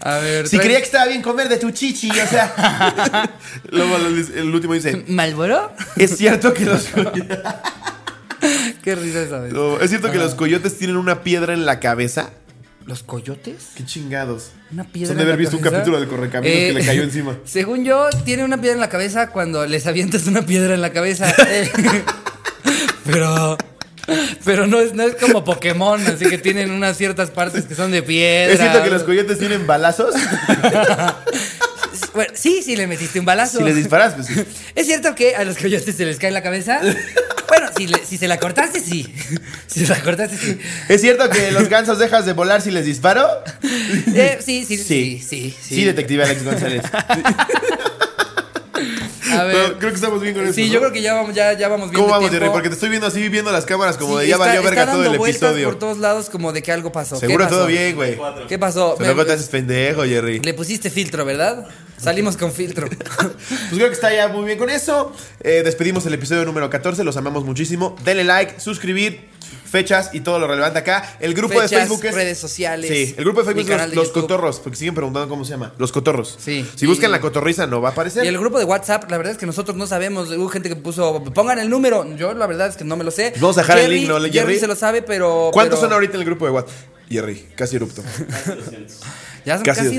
A: a ver.
B: Si
A: trae-
B: creía que estaba bien comer de tu chichi, o sea. Luego el último dice,
A: ¿Malboro?
B: es cierto que los
A: Qué risa esa vez.
B: No, es cierto que los coyotes tienen una piedra en la cabeza.
A: ¿Los coyotes?
B: Qué chingados.
A: Una piedra.
B: Son de
A: en
B: haber
A: la
B: visto un
A: cabeza. Eh,
B: capítulo del Correcaminos que le cayó encima.
A: Según yo, tiene una piedra en la cabeza cuando les avientas una piedra en la cabeza. Eh, pero. Pero no es, no es como Pokémon, así que tienen unas ciertas partes que son de piedra.
B: Es cierto que los coyotes tienen balazos.
A: Bueno, sí, sí, le metiste un balazo.
B: Si les disparas, pues sí.
A: ¿Es cierto que a los coyotes se les cae la cabeza? Bueno, si, le- si se la cortaste, sí. Si se la cortaste, sí.
B: ¿Es cierto que los gansos dejas de volar si les disparo?
A: Eh, sí, sí, sí, sí, sí,
B: Sí, detective Alex González.
A: A ver.
B: Pero creo que estamos bien con eso.
A: Sí, yo creo que ya vamos, ya, ya vamos bien.
B: ¿Cómo
A: de
B: vamos,
A: tiempo.
B: Jerry? Porque te estoy viendo así, viendo las cámaras, como
A: Sí,
B: de ya
A: está-
B: valió
A: está
B: verga todo
A: dando
B: el
A: vueltas por
B: episodio.
A: todos lados como de que algo pasó. ¿Qué
B: Seguro
A: pasó?
B: todo bien, güey.
A: ¿Qué pasó? Me-
B: Luego te haces pendejo, Jerry.
A: le pusiste filtro, ¿verdad? Salimos con filtro.
B: Pues creo que está ya muy bien con eso. Eh, despedimos el episodio número 14. Los amamos muchísimo. Denle like, suscribir, fechas y todo lo relevante acá. El grupo de
A: Fechas,
B: Facebook es.
A: redes sociales.
B: Sí, el grupo de
A: mi
B: Facebook es
A: canal
B: Los,
A: de
B: Los
A: YouTube.
B: Cotorros, porque siguen preguntando cómo se llama. Los Cotorros.
A: Sí.
B: Si buscan
A: Y-
B: la cotorriza no va a aparecer.
A: Y el grupo de WhatsApp, la verdad es que nosotros no sabemos. Hubo gente que puso, pongan el número. Yo la verdad es que no me lo sé.
B: Vamos a dejar el link, ¿no, Jerry?
A: se lo sabe, pero.
B: ¿Cuántos
A: pero-
B: son ahorita en el grupo de WhatsApp? Jerry, casi erupto.
A: Ya son
B: Casi
A: casi,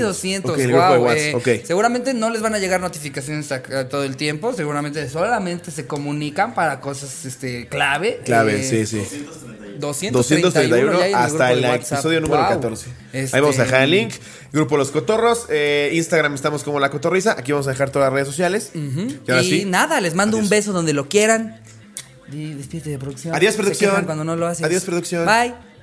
A: 200.
B: 200. Ok, el
A: guau,
B: grupo de
A: eh,
B: WhatsApp, ok.
A: Seguramente no les van a llegar notificaciones a- a todo el tiempo. Seguramente solamente se comunican para cosas este, clave.
B: Clave,
A: Eh,
B: sí, sí.
A: 231,
B: 231
A: ya hay en
B: hasta
A: grupo
B: el
A: de WhatsApp.
B: episodio número
A: Guau.
B: 14.
A: Este,
B: Ahí vamos a dejar el link. Grupo Los Cotorros. eh, Instagram estamos como La Cotorriza. Aquí vamos a dejar todas las redes sociales. Y ahora
A: y
B: sí.
A: nada, les mando un
B: Adiós.
A: beso donde lo quieran. Y despídete de producción.
B: Adiós,
A: Se
B: producción.
A: quejan Cuando no lo haces.
B: Adiós, producción.
A: Bye.